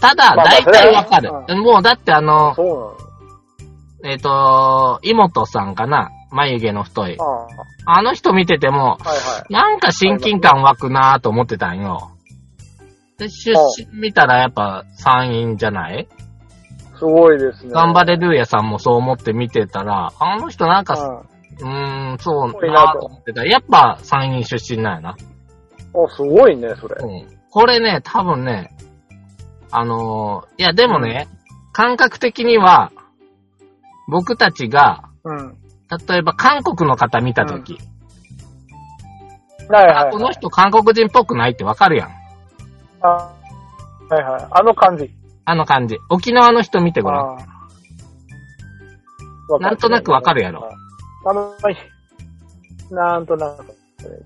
Speaker 1: ただ、
Speaker 2: まあまあ
Speaker 1: 大体わかる
Speaker 2: それは。
Speaker 1: もうだってあの
Speaker 2: そ、うなの
Speaker 1: えっ、と、妹さんかな眉毛の太い。
Speaker 2: あ
Speaker 1: あの人見てても、
Speaker 2: あ、はいはい。
Speaker 1: なんか親近感湧くなぁと思ってたんよ。で、出身見たらやっぱ参院じゃない
Speaker 2: すごいですね。
Speaker 1: 頑張れルーヤさんもそう思って見てたら、あの人なん
Speaker 2: う
Speaker 1: か、
Speaker 2: ん。
Speaker 1: うーん、そう
Speaker 2: ぽい
Speaker 1: な
Speaker 2: な
Speaker 1: ぁ
Speaker 2: と
Speaker 1: と思ってた。やっぱ参院出身なんやな。
Speaker 2: お、すごいね、それ。
Speaker 1: うん。これね、多分ね、あのーいやでもね、感覚的には、僕たちが、
Speaker 2: うん。はい
Speaker 1: 例えば韓国の方見たとき、
Speaker 2: はい、
Speaker 1: あ、この人韓国人っぽくないってわかるやん。
Speaker 2: あはいはい。あの感じ。
Speaker 1: あの感じ。沖縄の人見てごらん。
Speaker 2: あー
Speaker 1: なんとなくわかるやろ。
Speaker 2: あの、はいなんとなく。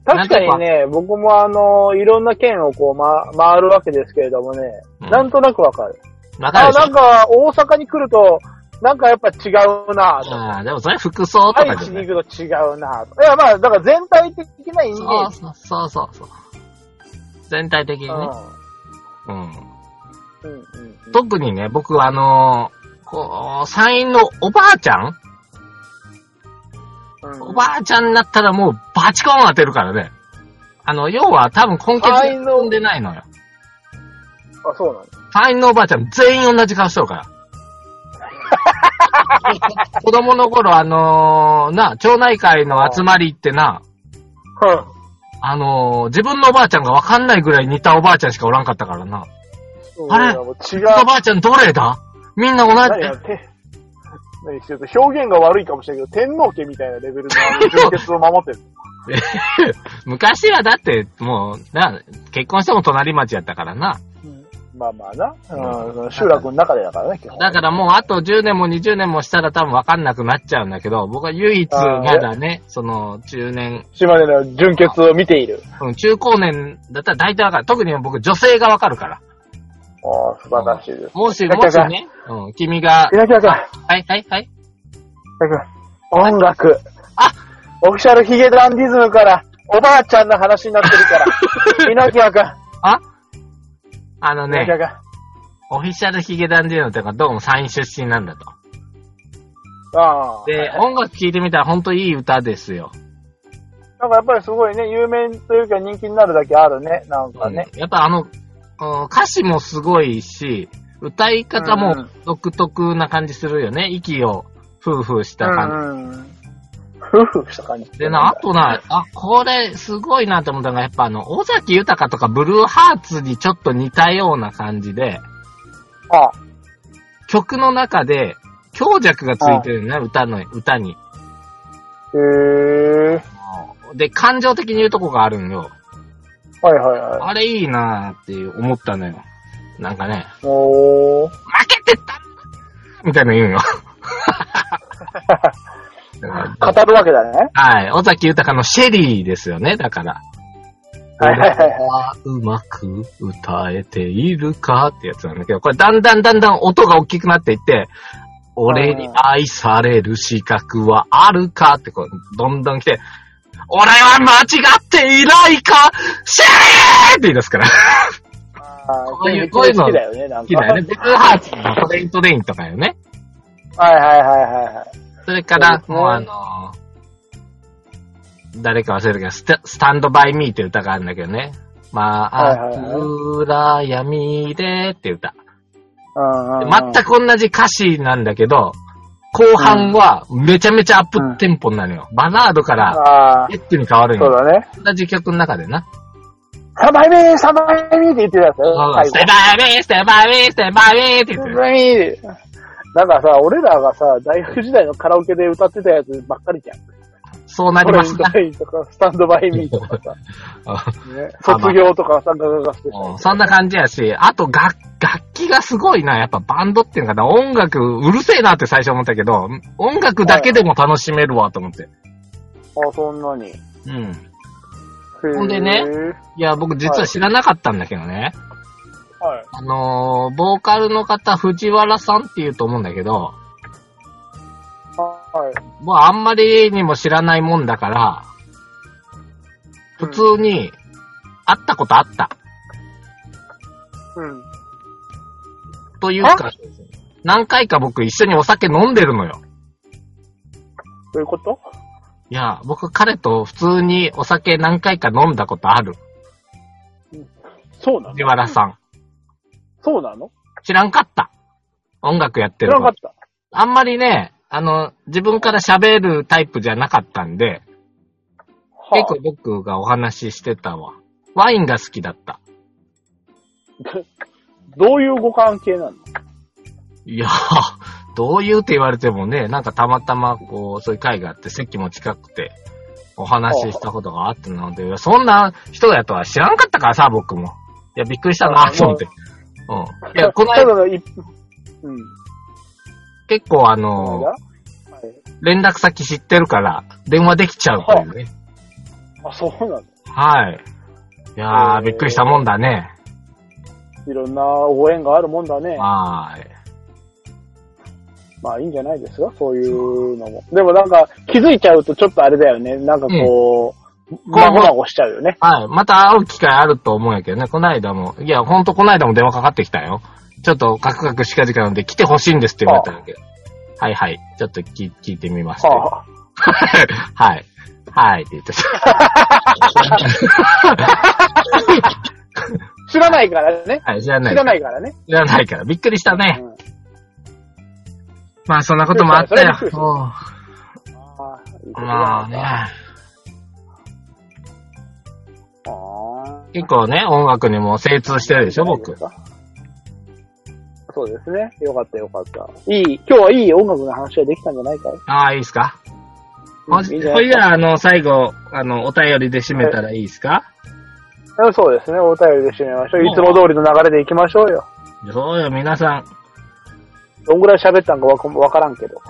Speaker 2: 確かにね、僕もあの、いろんな県をこう、ま、回るわけですけれどもね、
Speaker 1: うん
Speaker 2: なんとなくわかる。
Speaker 1: わかるで
Speaker 2: あ、
Speaker 1: しょ
Speaker 2: なんか、大阪に来ると、なんかやっぱ違うなぁと。
Speaker 1: ああ、でもそれ服装とか
Speaker 2: 愛
Speaker 1: じ
Speaker 2: 知
Speaker 1: ゃ
Speaker 2: に
Speaker 1: ない。
Speaker 2: 行くと違うなぁと。いや、まあ、だから全体的なイメ
Speaker 1: そ
Speaker 2: ー
Speaker 1: う
Speaker 2: ジ。
Speaker 1: そうそうそうそう。全体的にね。うん。
Speaker 2: うんうんうんうん
Speaker 1: 特にね、僕あのーこう、山陰のおばあちゃん
Speaker 2: うん
Speaker 1: おばあちゃんになったらもうバチコーン当てるからね。あの、要は多分根血
Speaker 2: 才能
Speaker 1: 飛んでないのよ。
Speaker 2: あ、そうなの。
Speaker 1: 隊員のおばあちゃん全員同じ顔しとる から。子供の頃あのーな、町内会の集まりってな、
Speaker 2: うん。
Speaker 1: あのー自分のおばあちゃんがわかんないぐらい似たおばあちゃんしかおらんかったからな。
Speaker 2: そう
Speaker 1: あれ
Speaker 2: いやもう違う。
Speaker 1: おばあちゃんどれだみんな同
Speaker 2: 何
Speaker 1: じ
Speaker 2: や。て何ちょっと表現が悪いかもしれないけど、天皇家みたいなレベルの純血を守ってる。
Speaker 1: 昔はだって、もう、な、結婚しても隣町やったからな。
Speaker 2: まあまあな。うん、その集落の中でだからね、基本
Speaker 1: だからもうあと10年も20年もしたら多分わかんなくなっちゃうんだけど、僕は唯一まだね、その10年、
Speaker 2: 島根の純血を見ている。
Speaker 1: うん中高年だったら大体わかる。特に僕女性がわかるから。
Speaker 2: ああ、素晴らしいです。
Speaker 1: もし、もしね、うん、君が、
Speaker 2: 稲木さん、稲
Speaker 1: はい、はい、はい。
Speaker 2: 木さん、音楽。
Speaker 1: あ
Speaker 2: オフィシャルヒゲダンディズムから、おばあちゃんの話になってる から。稲木さ
Speaker 1: ああの
Speaker 2: ん、稲
Speaker 1: ね
Speaker 2: 木、さ
Speaker 1: オフィシャルヒゲダンディのとかどうも山陰出身なんだと。
Speaker 2: ん。ああ。
Speaker 1: で、音楽聴いてみたらほんといい歌ですよ。
Speaker 2: なんかやっぱりすごいね、有名というか人気になるだけあるね、なんかね。
Speaker 1: やっぱあの、うん歌詞もすごいし、歌い方
Speaker 2: うんう
Speaker 1: も
Speaker 2: ん
Speaker 1: 独特な感じするよね。息をフーフーした感じ。
Speaker 2: うん。ふふした感じ。
Speaker 1: でな、あとな、あ、これすごいなと思ったのが、やっぱあの、尾崎豊とかブルーハーツにちょっと似たような感じで、
Speaker 2: ああ
Speaker 1: 曲の中で強弱がついてるよね、歌の、歌に。
Speaker 2: へえ。
Speaker 1: で、感情的に言うとこがあるんよ。
Speaker 2: はいはいは
Speaker 1: あれいいなーって思ったのよ。なんかね、
Speaker 2: い。おー。
Speaker 1: 負けてたみたいなの言うよ。だ から
Speaker 2: 語るわけだね。
Speaker 1: はい。尾崎豊のシェリーですよね、だから。
Speaker 2: はいはいはいはい。
Speaker 1: うまく歌えているかってやつなんだけど、これだんだんだんだん音が大きくなっていって、俺に愛される資格はあるかってこう、どんどん来て、俺は間違っていないかシェリーって言い出すから。
Speaker 2: あー
Speaker 1: こういうこういうの
Speaker 2: 好きだよね、なんか。
Speaker 1: 好きだよね。ブルーハーツのトレイントレインとかよね。
Speaker 2: はいはいはいはいはい。
Speaker 1: それから、
Speaker 2: そうですね
Speaker 1: もうあのー誰か忘れるけどスタ、スタンドバイミーって歌があるんだけどね。まあ、
Speaker 2: はいはいはい
Speaker 1: 暗闇でって歌。
Speaker 2: うんうんうん、
Speaker 1: 全く同じ歌詞なんだけど、後半はめちゃめちゃアップテンポになるよ。バナードから
Speaker 2: ああ
Speaker 1: エ、ッチに変わるん
Speaker 2: そう
Speaker 1: よ。
Speaker 2: だね。
Speaker 1: 同じ曲の中でな。
Speaker 2: サバイミー、サバイミーって言ってたやつだよ、
Speaker 1: ステバイミー、ステバイミー、ステバイミーって言って
Speaker 2: サ
Speaker 1: る。
Speaker 2: バイミーなんかさ、俺らがさ、大学時代のカラオケで歌ってたやつばっかりじゃん。
Speaker 1: そうなりま
Speaker 2: ト
Speaker 1: す
Speaker 2: レイン
Speaker 1: な。
Speaker 2: トレインとか、スタンドバイミーとかさ、 ね、卒業とかさ、ガガガして
Speaker 1: うん
Speaker 2: た。
Speaker 1: そんな感じやし、あと楽、楽器がすごいな。やっぱバンドっていうのかな。音楽、うるせえなって最初思ったけど、音楽だけでも楽しめるわと思って。
Speaker 2: あ、そんなに。
Speaker 1: うん。
Speaker 2: ほ
Speaker 1: ほんでねいや、僕実は知らなかったんだけどね。
Speaker 2: はい。
Speaker 1: あのー、ボーカルの方、藤原さんって言うと思うんだけど、
Speaker 2: はい。
Speaker 1: もうあんまりにも知らないもんだから、普通に、会ったことあった。
Speaker 2: うん。
Speaker 1: というか、何回か僕一緒にお酒飲んでるのよ。
Speaker 2: どういうこと
Speaker 1: いや、僕彼と普通にお酒何回か飲んだことある。
Speaker 2: そうなの
Speaker 1: 藤原さん。
Speaker 2: そうなの
Speaker 1: 知らんかった。音楽やって
Speaker 2: 知
Speaker 1: る
Speaker 2: らなか
Speaker 1: の
Speaker 2: っ。た。
Speaker 1: あんまりね、あの、自分から喋るタイプじゃなかったんで、結構僕がお話ししてたわ。ワインが好きだった。
Speaker 2: 構。 どういうご関係なの
Speaker 1: いやー、どういうって言われてもね、なんかたまたまこう、そういう会があって、席も近くて、お話ししたことがあったので、そんな人やとは知らんかったからさ、僕も。いや、びっくりしたな、
Speaker 2: あ
Speaker 1: と思って。うん。いや、この
Speaker 2: ただ
Speaker 1: 間
Speaker 2: の一、うん。
Speaker 1: 結構あ
Speaker 2: なん
Speaker 1: の
Speaker 2: だ
Speaker 1: ー、
Speaker 2: はい
Speaker 1: 連絡先知ってるから、電話できちゃうというね。
Speaker 2: あ、そうなの
Speaker 1: はい。いや
Speaker 2: えー
Speaker 1: ー、びっくりしたもんだね。
Speaker 2: いろんなご縁があるもんだね。
Speaker 1: はーい。
Speaker 2: まあいいんじゃないですか、そういうのも。でもなんか、気づいちゃうとちょっとあれだよね。なんかこう、まごまごしちゃうよね。
Speaker 1: はい。また会う機会あると思うんやけどね。こないだも。いや、ほんとこないだも電話かかってきたよ。ちょっとカクカクしかじかなんで来てほしいんですって言われたんだけど。はいはい。ちょっと聞聞いてみました。は
Speaker 2: はあ、
Speaker 1: い。 はいって言ってた。
Speaker 2: 知らないからね。
Speaker 1: はい、知らな
Speaker 2: 知
Speaker 1: い。
Speaker 2: らないからね。
Speaker 1: 知らないから。びっくりしたね。
Speaker 2: うん
Speaker 1: まあそんなこともあったよ
Speaker 2: びっくりし。た
Speaker 1: おう
Speaker 2: ああいいことだ
Speaker 1: まあね。
Speaker 2: ああ
Speaker 1: 結構ね、音楽にも精通してるでしょ、僕。
Speaker 2: そうですね。よかったよかった。いい、今日はいい音楽の話ができたんじゃないかい
Speaker 1: ああ、いいですか
Speaker 2: う
Speaker 1: ほ
Speaker 2: ん
Speaker 1: じ
Speaker 2: いいんじゃ
Speaker 1: そ
Speaker 2: ない
Speaker 1: れじゃあ、あの、最後、あの、お便りで締めたらいいですか
Speaker 2: うんそうですね。お便りで締めましょう。いつも通りの流れで行きましょうよ。
Speaker 1: そうよ、皆さん。
Speaker 2: どんぐらい喋ったんかわかわからんけど。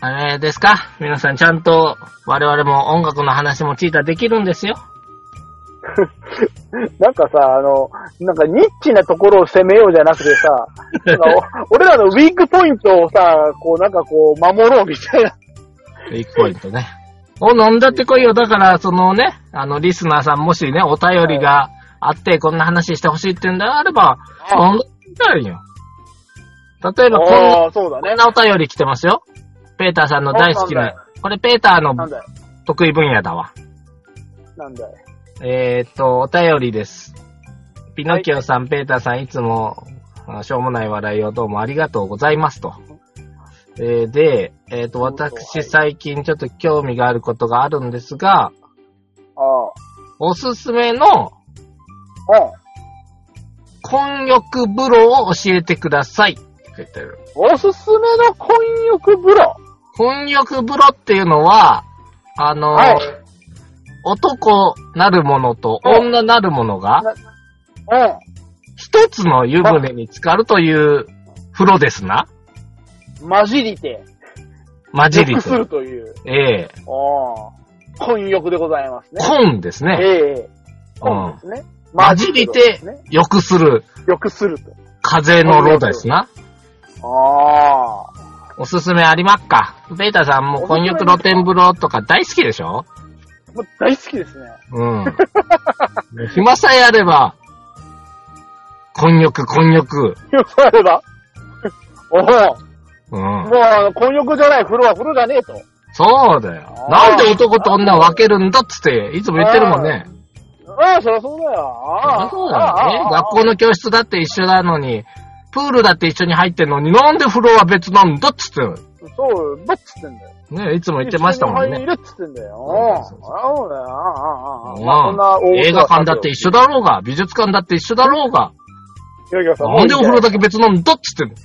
Speaker 1: あれですか皆さんちゃんと我々も音楽の話もチーターできるんですよ。
Speaker 2: なんかさ、あの、なんかニッチなところを攻めようじゃなくてさ、なんかお 俺らのウィークポイントをさ、こうなんかこう守ろうみたいな。
Speaker 1: ウィークポイントね。お、飲んだってこいよ。だから、そのね、あの、リスナーさんもしね、お便りがあって、こんな話してほしいってんであれば、飲んだってこいよ。例えばこんな、
Speaker 2: ああ、そうだ
Speaker 1: こ
Speaker 2: ね
Speaker 1: ん。なお便り来てますよ。ペーターさんの大好き
Speaker 2: おなん
Speaker 1: な
Speaker 2: だ。
Speaker 1: これペーター
Speaker 2: なん
Speaker 1: の
Speaker 2: だい、
Speaker 1: 得意分野だわ。
Speaker 2: なんだい。
Speaker 1: えーっと、お便りです。ピノキオさん、ペーターさん、いつも、あしょうもない笑いをどうもありがとうございますと。えーで、えーっと、私、最近ちょっと興味があることがあるんですが、
Speaker 2: ああ、
Speaker 1: おすすめの
Speaker 2: うん。
Speaker 1: 混浴風呂を教えてくださいって書いてある。
Speaker 2: おすすめの混浴風呂。
Speaker 1: 混浴風呂っていうのは、あのー
Speaker 2: はい。
Speaker 1: 男なるものと
Speaker 2: はい
Speaker 1: 女なるものが
Speaker 2: うん。
Speaker 1: 一つの湯船に浸かるという風呂ですな。
Speaker 2: 混じりて、
Speaker 1: 混じり
Speaker 2: 属
Speaker 1: と
Speaker 2: す。るという、
Speaker 1: ええ
Speaker 2: うん混浴でございますね。
Speaker 1: 混ですね。
Speaker 2: ええ
Speaker 1: うん
Speaker 2: 混ですね。
Speaker 1: 混じりて
Speaker 2: ね、
Speaker 1: 浴する
Speaker 2: 浴すると。
Speaker 1: 風の炉ですな。
Speaker 2: ああ。
Speaker 1: おすすめありまっか。ベータさんも混浴露天風呂とか大好きでしょ
Speaker 2: もう大好きですね。
Speaker 1: うん。暇さえあれば、混浴、混浴。
Speaker 2: よくあれば。 おお。
Speaker 1: うん。
Speaker 2: もう、混浴じゃない、風呂は風呂じゃねえと。
Speaker 1: そうだよ。
Speaker 2: あー
Speaker 1: なんで男と女を分けるんだっつって、いつも言ってるもんね。
Speaker 2: ああ、そりゃそうだよ。ああ。
Speaker 1: そうだよ
Speaker 2: あ
Speaker 1: ね。
Speaker 2: あ
Speaker 1: 学校。の教室だって一緒なのに、プールだって一緒に入ってんのに、なんで風呂は別なんだっつってる。
Speaker 2: そう、どっつってんだよ。
Speaker 1: ねいつも言ってましたもん
Speaker 2: 一緒に
Speaker 1: ね。
Speaker 2: 入るっつってんだよ。
Speaker 1: そう
Speaker 2: ああ、
Speaker 1: そう
Speaker 2: そうだよ。ああ、ああ、ああ。
Speaker 1: うん
Speaker 2: まあ、そんな大
Speaker 1: 映画館だって一緒だろうが、美術館だって一緒だろうが、
Speaker 2: 緒。よきさん。
Speaker 1: なんでお風呂だ
Speaker 2: け
Speaker 1: け別なんだっつってんの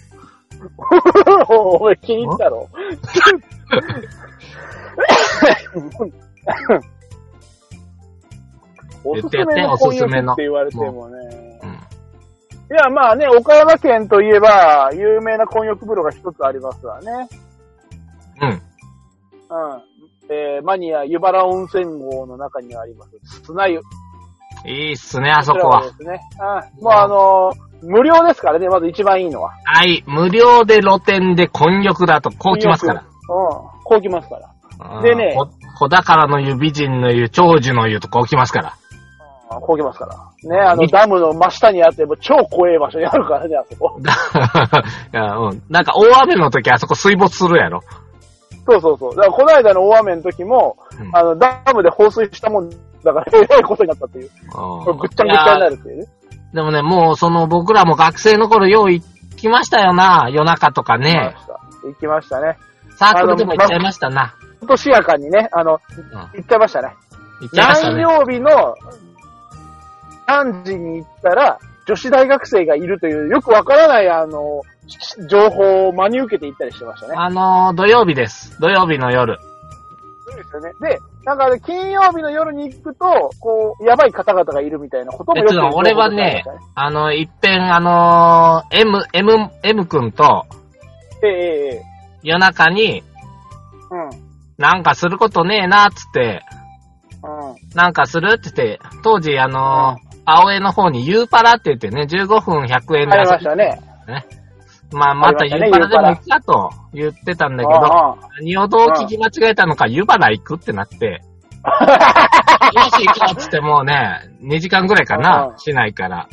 Speaker 2: おい、気に入ったろ。おすすめの混浴って言われてもね。いや、まあね、岡山県といえば、有名な混浴風呂が一つありますわね。
Speaker 1: うん。うん。
Speaker 2: うん。えー、マニア、湯原温泉郷の中にあります。砂湯。
Speaker 1: いいっすね、あそこ
Speaker 2: こ
Speaker 1: は。
Speaker 2: ちらですね。うん。もうあのー無料ですからね、まず一番いいのは。
Speaker 1: はい、無料で露店で混浴だと、こう来ますから。
Speaker 2: うん。こう来ますから。
Speaker 1: うん
Speaker 2: でね
Speaker 1: こ小宝の湯、美人の湯、長寿の湯とこう来ますから。
Speaker 2: うんこう来ますから。ね、あの、ダムの真下にあって、もう超怖い場所にあるからね、あそこ。
Speaker 1: だいやうん、なんか大雨の時あそこ水没するやろ。
Speaker 2: そうそうそう。だから、この間の大雨の時も、
Speaker 1: うん
Speaker 2: あの、ダムで放水したもんだから、 えらいことになったっていう。ぐっちゃぐちゃになるっていうね。
Speaker 1: でもね、もうその僕らも学生の頃よう行きましたよな、夜中とか
Speaker 2: 行
Speaker 1: ね
Speaker 2: きま。した行きましたね。
Speaker 1: サークルでも行っちゃいましたな。
Speaker 2: 今年やかにね、あの、
Speaker 1: うん、行
Speaker 2: 行っちゃいましたね。
Speaker 1: っちゃいました
Speaker 2: 何
Speaker 1: ね。
Speaker 2: 曜日の3時に行ったら、女子大学生がいるという、よくわからない、あの、情報を真に受けて行ったりしてましたね。
Speaker 1: あのー、土曜日です。土曜日の夜。
Speaker 2: そうですよね。で、なんか、金曜日の夜に行くと、こう、やばい方々がいるみたいなことも
Speaker 1: え
Speaker 2: よ
Speaker 1: っ
Speaker 2: く
Speaker 1: と、俺はね、あの、いっぺん、あのー、M、M、M 君と
Speaker 2: ええ、ええ、ええ。
Speaker 1: 夜中に
Speaker 2: うん。
Speaker 1: なんかすることねえな、つって、
Speaker 2: うん。
Speaker 1: なんかするって言って、当時、あのー、青江の方に U パラって言ってね、15分100円で
Speaker 2: あり
Speaker 1: 遊
Speaker 2: ま
Speaker 1: び
Speaker 2: したね。
Speaker 1: まあ、また湯原でも行くかと言ってたんだけど、何ほど聞き間違えたのか、湯原行くってなって、よし行こうっつってもうね、2時間ぐらいかな、市内から。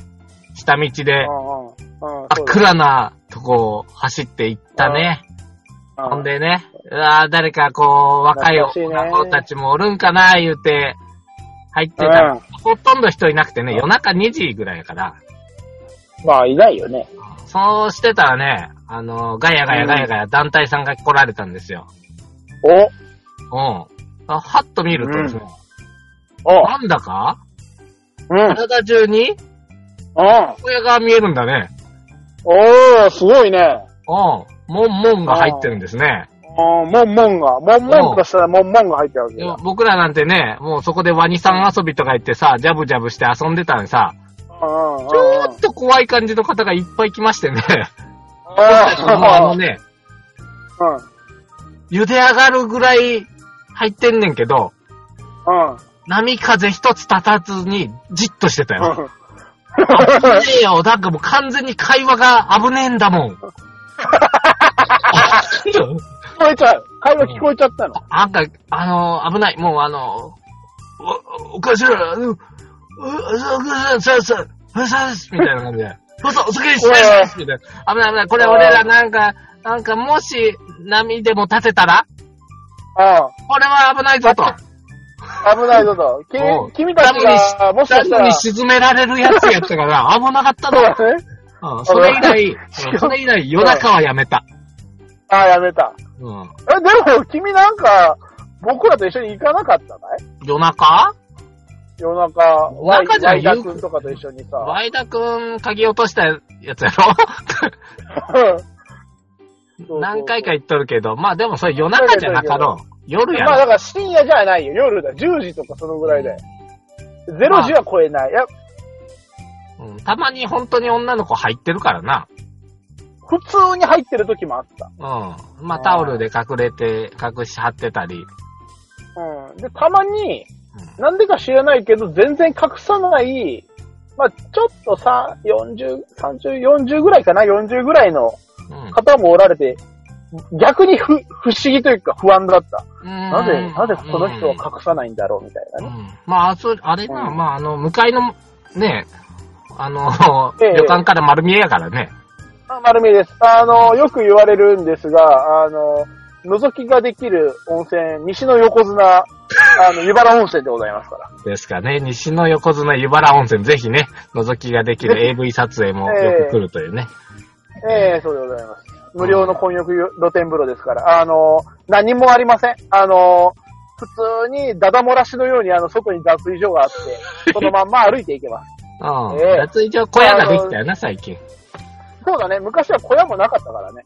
Speaker 1: 下道で、真っ暗なとこを走って行ったね。ほんでね、うわ誰かこう、若い女の子たちもおるんかな、言うて、入ってたら、うん、ほとんど人いなくてね、夜中2時ぐらいやから。
Speaker 2: まあ、いないよね。
Speaker 1: そうしてたらね、あの、ガヤガヤガヤガヤ団体さんが来られたんですよ。。
Speaker 2: おうん
Speaker 1: はっと見るとですね、
Speaker 2: うん、
Speaker 1: なんだか、
Speaker 2: うん、
Speaker 1: 体中に、
Speaker 2: うん。
Speaker 1: 親が見えるんだね。
Speaker 2: おー、すごいね。
Speaker 1: うん。もんもんが入ってるんですね。
Speaker 2: ああ、もんもんが。もんもんとしたらもんもんが入ってるわけよ。
Speaker 1: 僕らなんてね、もうそこでワニさん遊びとか言ってさ、ジャブジャブして遊んでたのにさ、
Speaker 2: ち
Speaker 1: ょっと怖い感じの方がいっぱい来ましてね。 あのね、
Speaker 2: うん。
Speaker 1: 茹で上がるぐらい入ってんねんけど、
Speaker 2: うん。
Speaker 1: 波風一つ立たずにじっとしてた よ。危ねえよ。なんかもう完全に会話が危ねえんだもん。
Speaker 2: 聞こえちゃう。会話聞こえちゃったの。
Speaker 1: なんか、あのー、危ない。もうあのー、お、おかしら、う、う、う、う、さ、さ、ふさす、みたいな感じで。ふさ、すげえ、すげえ、みたいな。危ない危ない。これ俺らなんか、なんかもし波でも立てたら
Speaker 2: ああ。
Speaker 1: これは危ないぞと。
Speaker 2: 危ないぞと。き、君たちが、もしかしたら。
Speaker 1: に沈められるやつやったから、危なかったの。
Speaker 2: そうね。
Speaker 1: うん、それ以来、それ以来夜中はやめた。
Speaker 2: ああ、やめた。
Speaker 1: うん。
Speaker 2: え、でも、君なんか、僕らと一緒に行かなかったない
Speaker 1: 夜中
Speaker 2: 夜中、
Speaker 1: 夜中じゃん、
Speaker 2: ワイダ君とかと一緒にさ。
Speaker 1: ワイダ君、鍵落としたやつやろ何回か行っとるけど、まあでもそれ夜中じゃなかろう。夜や
Speaker 2: まあだから深夜じゃないよ。夜だ。10時とかそのぐらいで。0時は超えない。いや、
Speaker 1: うん、たまに本当に女の子入ってるからな。
Speaker 2: 普通に入ってる時もあった。
Speaker 1: うん。まあ、タオルで隠れて、隠し張ってたり。
Speaker 2: うん。で、たまに、な、うんでか知らないけど、全然隠さない、まあ、ちょっとさ、40、30、40ぐらいかな、40ぐらいの方もおられて、うん、逆に不、不思議というか不安だった。なぜ、なぜこの人は隠さないんだろう、みたいなね。うん、
Speaker 1: まあ、そあれな、うん、まあ、あの、向かいの、ね、あの、ええ、旅館から丸見えやからね。
Speaker 2: 丸見です。あの、よく言われるんですが、あの、覗きができる温泉、西の横綱、あの、湯原温泉でございますから。
Speaker 1: ですかね。西の横綱湯原温泉、ぜひね、覗きができる AV 撮影もよく来るというね。
Speaker 2: えええー、そうでございます。無料の混浴露天風呂ですから、あの、何もありません。あの、普通にダダ漏らしのようにあの、外に脱衣所があっ て、そのまんま歩いていけます。
Speaker 1: うん。えー、脱衣所小屋ができたよな、最近。
Speaker 2: そうだね。昔は小屋もなかったからね。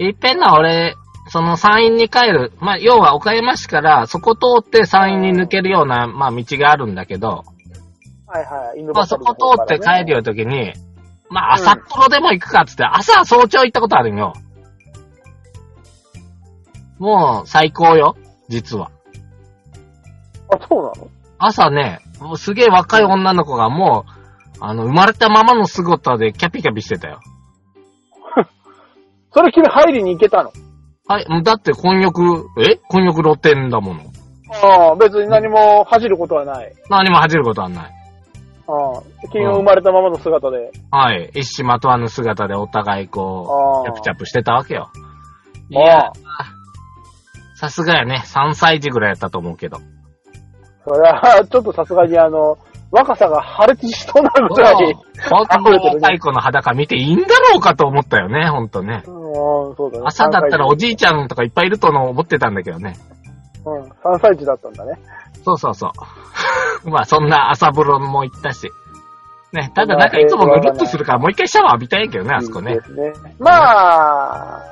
Speaker 1: いっぺんな俺、その山陰に帰る、まあ、要は岡山市から、そこ通って山陰に抜けるような、まあ、道があるんだけど、
Speaker 2: はいはい、ね、
Speaker 1: まあ、そこ通って帰るよときに、まあ、朝っぽろでも行くかっつって、うん、朝早朝行ったことあるんよ。もう、最高よ、実は。
Speaker 2: あ、そうなの
Speaker 1: 朝ね、もうすげえ若い女の子がもう、あの、生まれたままの姿でキャピキャピしてたよ。
Speaker 2: それ君入りに行けたの
Speaker 1: はい、だって婚浴、え婚浴露天だもの。
Speaker 2: ああ、別に何も恥じることはない。
Speaker 1: 何も恥じることはない。
Speaker 2: ああ、君を生まれたままの姿で。
Speaker 1: うん、はい、一糸まとわぬ姿でお互いこう、チャプチャプしてたわけよ。
Speaker 2: いや、
Speaker 1: さすがやね、3歳児ぐらいやったと思うけど。
Speaker 2: それは、ちょっとさすがにあの、若さが破裂しそうなぐらい。
Speaker 1: 本 当に若い子の裸見ていいんだろうかと思ったよね、本当ね。
Speaker 2: うん、そうだね。
Speaker 1: 朝だったらおじいちゃんとかいっぱいいると思ってたんだけどね。
Speaker 2: うん、3歳児だったんだね。
Speaker 1: そうそうそう。 まあ、そんな朝風呂も行ったし。ね、ただなんかいつもぬるっとするから、もう一回シャワー浴びたいんやけどね、あそこね。
Speaker 2: いいですね。まあ、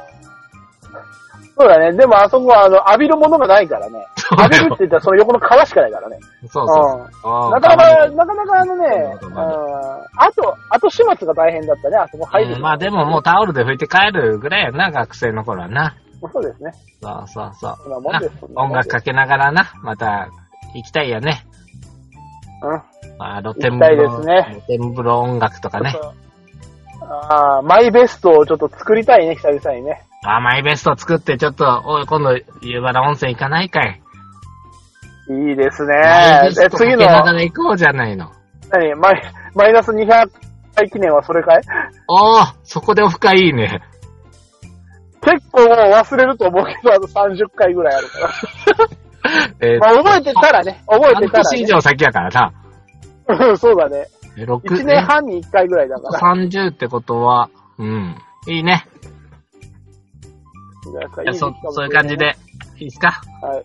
Speaker 2: そうだね。でもあそこは、あの、浴びるものがないからね。浴びるって言ったら、その横の川しかないからね。。
Speaker 1: そうそう
Speaker 2: なかなか、なかなかあのね、あと、あと始末が大変だったね、あそこ入る、
Speaker 1: まあでももうタオルで拭いて帰るぐらいやな、学生の頃はな。
Speaker 2: そうですね。
Speaker 1: そうそうそう。
Speaker 2: そんな
Speaker 1: 音楽かけながらな、また、行きたいよね。
Speaker 2: うん。
Speaker 1: まあ、露天
Speaker 2: 風呂。行きたいですね。
Speaker 1: 露天風呂音楽とかね。
Speaker 2: ああ、マイベストをちょっと作りたいね、久々にね。
Speaker 1: あ、マイベスト作って、ちょっと、おい、今度、湯原温泉行かないかい。
Speaker 2: いいです
Speaker 1: マイ
Speaker 2: ね。
Speaker 1: ベス
Speaker 2: え、
Speaker 1: トかけ
Speaker 2: 次の、
Speaker 1: ながら行こうじゃないの。
Speaker 2: 何マイ、マイナス200回記念はそれかい
Speaker 1: おー、そこでオフ会いいね。
Speaker 2: 結構もう忘れると思うけど、あと30回ぐらいあるから。
Speaker 1: えー
Speaker 2: まあ、覚えてたらね、覚えて
Speaker 1: 半
Speaker 2: た
Speaker 1: 年以上先やからな。
Speaker 2: ら、ね。うん そうだね。
Speaker 1: え六
Speaker 2: 1年半に1回ぐらいだから。
Speaker 1: 30ってことは、うん。いいね。じゃあそ
Speaker 2: なんか時期かもしれなね
Speaker 1: そういう感じ。で、いいっすか
Speaker 2: はい。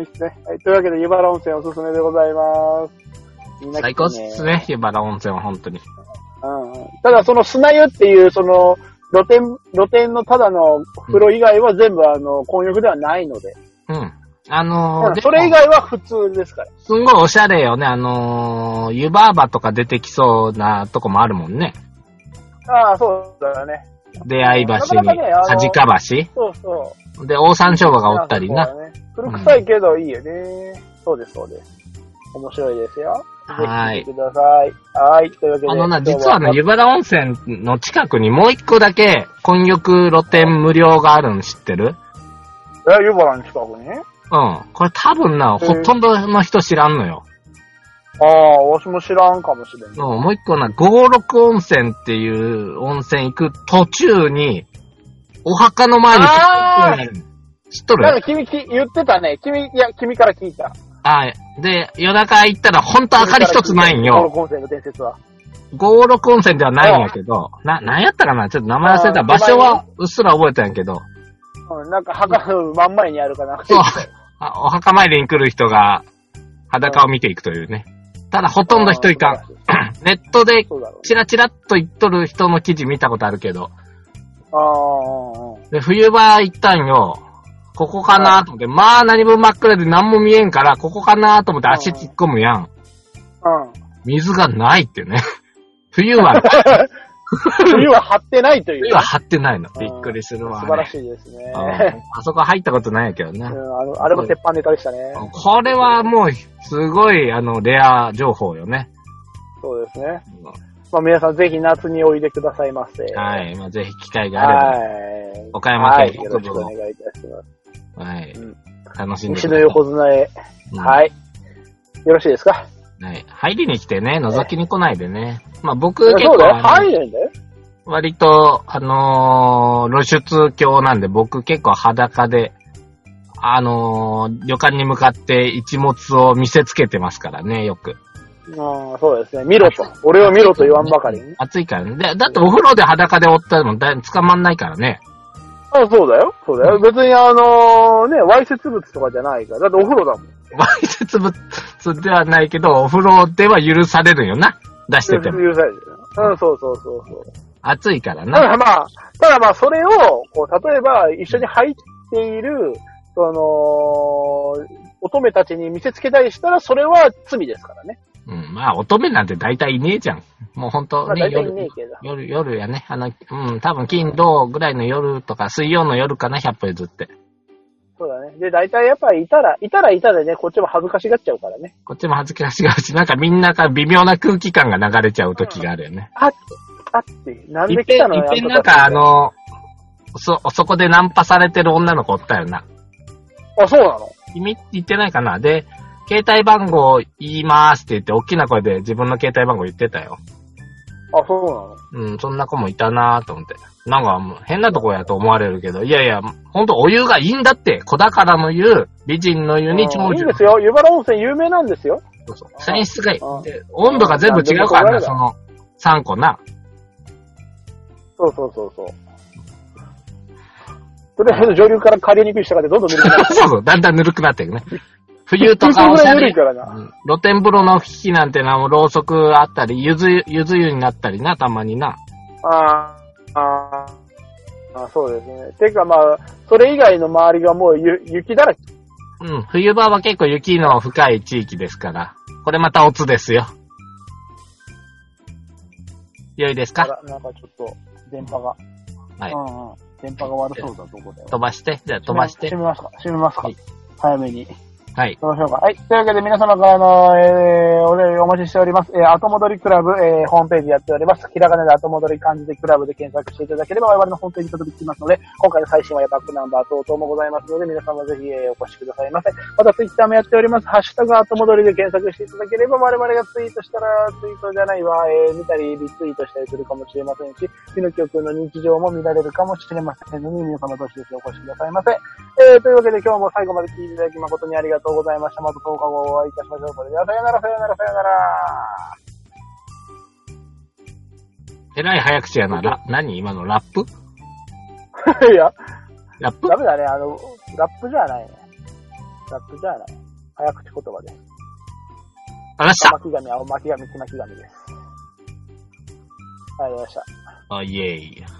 Speaker 2: いいっすね。はい。というわけで、湯原温泉おすすめでございます。みんな来てね
Speaker 1: 最高っすね、湯原温泉は本当に。
Speaker 2: うんうん。ただ、その砂湯っていう、その、露天、露天のただの風呂以外は全部、あの、混浴ではないので。
Speaker 1: うん。あのー
Speaker 2: うん
Speaker 1: でも
Speaker 2: それ以外は普通ですから。
Speaker 1: すんごいおしゃれよね。あのー、湯婆婆とか出てきそうなとこもあるもんね。
Speaker 2: ああ、そうだね。
Speaker 1: 出会い橋
Speaker 2: な
Speaker 1: に、
Speaker 2: かなかねあのー
Speaker 1: かじか橋
Speaker 2: そうそう。
Speaker 1: で、大山椒馬がおったりな。
Speaker 2: そうだね。古臭いけどいいよね。そうです、そうです。面白いですよ。
Speaker 1: は
Speaker 2: ぜ
Speaker 1: い
Speaker 2: ひ来てください。はい。というわけで。
Speaker 1: あのな、
Speaker 2: 今日
Speaker 1: 実はね、湯原温泉の近くにもう一個だけ、混浴露天無料があるの知ってる
Speaker 2: え、湯原の近くに
Speaker 1: うん。これ多分な、
Speaker 2: うん
Speaker 1: ほとんどの人知らんのよ。
Speaker 2: ああ、わしも知らんかもしれん。
Speaker 1: うん、もう一個な、五六温泉っていう温泉行く途中に、お墓の前に
Speaker 2: あー
Speaker 1: うん知っと
Speaker 2: なん
Speaker 1: る
Speaker 2: か君き言ってたね。君、いや、君から聞いた。
Speaker 1: はい。で、夜中行ったらほんと明かり一つないんよ。
Speaker 2: 登録音声の伝説は。
Speaker 1: 五六温泉ではないんやけど、な、なんやったかなちょっと名前忘れた。
Speaker 2: あー
Speaker 1: 場所はうっすら覚えたんやけど、
Speaker 2: うん、なんか墓の真ん前にあるかな。
Speaker 1: そう。あお墓参りに来る人が裸を見ていくというね。ただほとんど人いかん。ネットで
Speaker 2: そうだろうね。
Speaker 1: チラチラっと言っとる人の記事見たことあるけど、
Speaker 2: ああ、
Speaker 1: で、冬場行ったんよ。ここかなと思って、まあ何も真っ暗で何も見えんから、ここかなと思って足突っ込むやん。
Speaker 2: うん。
Speaker 1: 水がないってね。 冬は、
Speaker 2: 冬は張ってないという。
Speaker 1: 冬は張ってないの。
Speaker 2: うん
Speaker 1: びっくりするわ、
Speaker 2: 素晴ら
Speaker 1: ね。
Speaker 2: しいですね。
Speaker 1: うんあそこ入ったことないけど
Speaker 2: う
Speaker 1: ね。
Speaker 2: ん、あの、あれも鉄板ネタでしたね。
Speaker 1: これはもう、すごい、あの、レア情報よね。
Speaker 2: そうですね。まあ皆さんぜひ夏においでくださいませ。
Speaker 1: はい。まあ、ぜひ機会があれ
Speaker 2: はい。
Speaker 1: 岡山県
Speaker 2: はいよろしくお願いいたします。
Speaker 1: ば、はい
Speaker 2: うん。
Speaker 1: 楽しんで
Speaker 2: 西
Speaker 1: く
Speaker 2: の
Speaker 1: ださい
Speaker 2: 横綱へ。
Speaker 1: うん
Speaker 2: はい。よろしいですか
Speaker 1: はい。入りに来てね、覗きに来ないでね。まあ、僕
Speaker 2: そう
Speaker 1: 結構
Speaker 2: だよ。
Speaker 1: あの
Speaker 2: 入るんだよ。
Speaker 1: 割と、あのー露出狂なんで、僕結構裸で、あのー旅館に向かって一物を見せつけてますからね、よく。
Speaker 2: うん、そうですね。見ろと。俺を見ろと言わんばかりにね。
Speaker 1: 暑いからね。でだってお風呂で裸でおったらもだい捕まんないからね。
Speaker 2: あ、そうだよ。そうだよ。別にあのー、ね、わいせつ物とかじゃないから。だってお風呂だもん。
Speaker 1: わいせつ物ではないけど、お風呂では許されるよな。出してても。
Speaker 2: 許されてるうん、そうそうそうそう。
Speaker 1: 暑いから
Speaker 2: た
Speaker 1: な。
Speaker 2: だまあ、ただまあ、それを、こう、例えば、一緒に入っている、その、乙女たちに見せつけたりしたら、それは罪ですからね。
Speaker 1: うん、まあ、乙女なんて大体いねえじゃん。もう本当
Speaker 2: まあ、
Speaker 1: ね、
Speaker 2: 大体いね
Speaker 1: 夜
Speaker 2: え、けど。
Speaker 1: 夜、夜やね。あの、うん、多分金、土ぐらいの夜とか、水曜の夜かな、100歩譲って。
Speaker 2: そうだね。で、大体やっぱりいたら、いたらいたでね、こっちも恥ずかしがっちゃうからね。
Speaker 1: こっちも恥ずかしがるし、なんかみんなから微妙な空気感が流れちゃう時があるよね。
Speaker 2: あっ、あって、なん
Speaker 1: い
Speaker 2: で
Speaker 1: っ
Speaker 2: 来
Speaker 1: ぺ
Speaker 2: た
Speaker 1: ん、
Speaker 2: の
Speaker 1: い
Speaker 2: よ
Speaker 1: っぺんなんかあ、の、そ、そこでナンパされてる女の子おったよな。
Speaker 2: あんたたちあ、そうなの
Speaker 1: 君言ってないかなで、携帯番号言いますって言って、大きな声で自分の携帯番号言ってたよ。
Speaker 2: あ、そうなの
Speaker 1: うん、そんな子もいたなぁと思って。なんかもう変なとこやと思われるけど、いやいや、ほんとお湯がいいんだって、子宝の湯、美人の湯に長
Speaker 2: うんいい
Speaker 1: 寿
Speaker 2: んですよ。湯原温泉有名なんですよ。
Speaker 1: そうそう泉質がいい
Speaker 2: うん。
Speaker 1: で温度が全部違うから
Speaker 2: う
Speaker 1: な、
Speaker 2: ん
Speaker 1: その3個な。
Speaker 2: そうそうそうそう。とりあえず上流から下流に行く人がでどんどん見 るくなる。
Speaker 1: そうそう、だんだんぬるくなっていくね。冬とかお
Speaker 2: ぐ
Speaker 1: し
Speaker 2: ら
Speaker 1: ゃ
Speaker 2: い緩
Speaker 1: れ
Speaker 2: い。から
Speaker 1: う
Speaker 2: な。
Speaker 1: ん露天風呂の機器なんてな、もうろうそくあったり、ゆず、ゆず湯になったりな、たまにな。
Speaker 2: あーあー、あそうですね。てかまあ、それ以外の周りがもうゆ雪だらけ。
Speaker 1: うん、冬場は結構雪の深い地域ですから。これまたおつですよ。良いです
Speaker 2: あ
Speaker 1: か
Speaker 2: らなんかちょっと、電波が。
Speaker 1: はい
Speaker 2: うんうん。電波が悪そうだ、どこで。
Speaker 1: 飛ばして、じゃあ飛ばして
Speaker 2: 閉。めますか閉めますか
Speaker 1: はい
Speaker 2: 早めに。
Speaker 1: はい。
Speaker 2: どうしようか。はい。というわけで皆様からの、えー、お便りお待ちしております。えー、後戻りクラブ、えー、ホームページやっております。ひらがなで後戻り漢字でクラブで検索していただければ我々のホームページにたどり着きますので、今回の最新話やバックナンバー等々もございますので、皆様ぜひ、えー、お越しくださいませ。またツイッターもやっております。ハッシュタグ後戻りで検索していただければ我々がツイートしたら、ツイートじゃないわ、えー、見たりリツイートしたりするかもしれませんし、ピノキオ君の日常も見られるかもしれませんので、皆様どしどしお越しくださいませ。えー、というわけで今日も最後まで聞いていただき誠にありがとうございました。また10日後お会いいたしましょう。これではさよなら、さよなら、さよなら。
Speaker 1: えらい早口やな。ラ何今のラップ
Speaker 3: いや、
Speaker 1: ラップ
Speaker 2: ダメだね、あの、ラップじゃないね。ラップじゃない。早口言葉です。
Speaker 1: 話し
Speaker 2: 巻き髪、青巻き髪、木巻き髪です。ありがとうございました。
Speaker 1: たあ、いえいえ。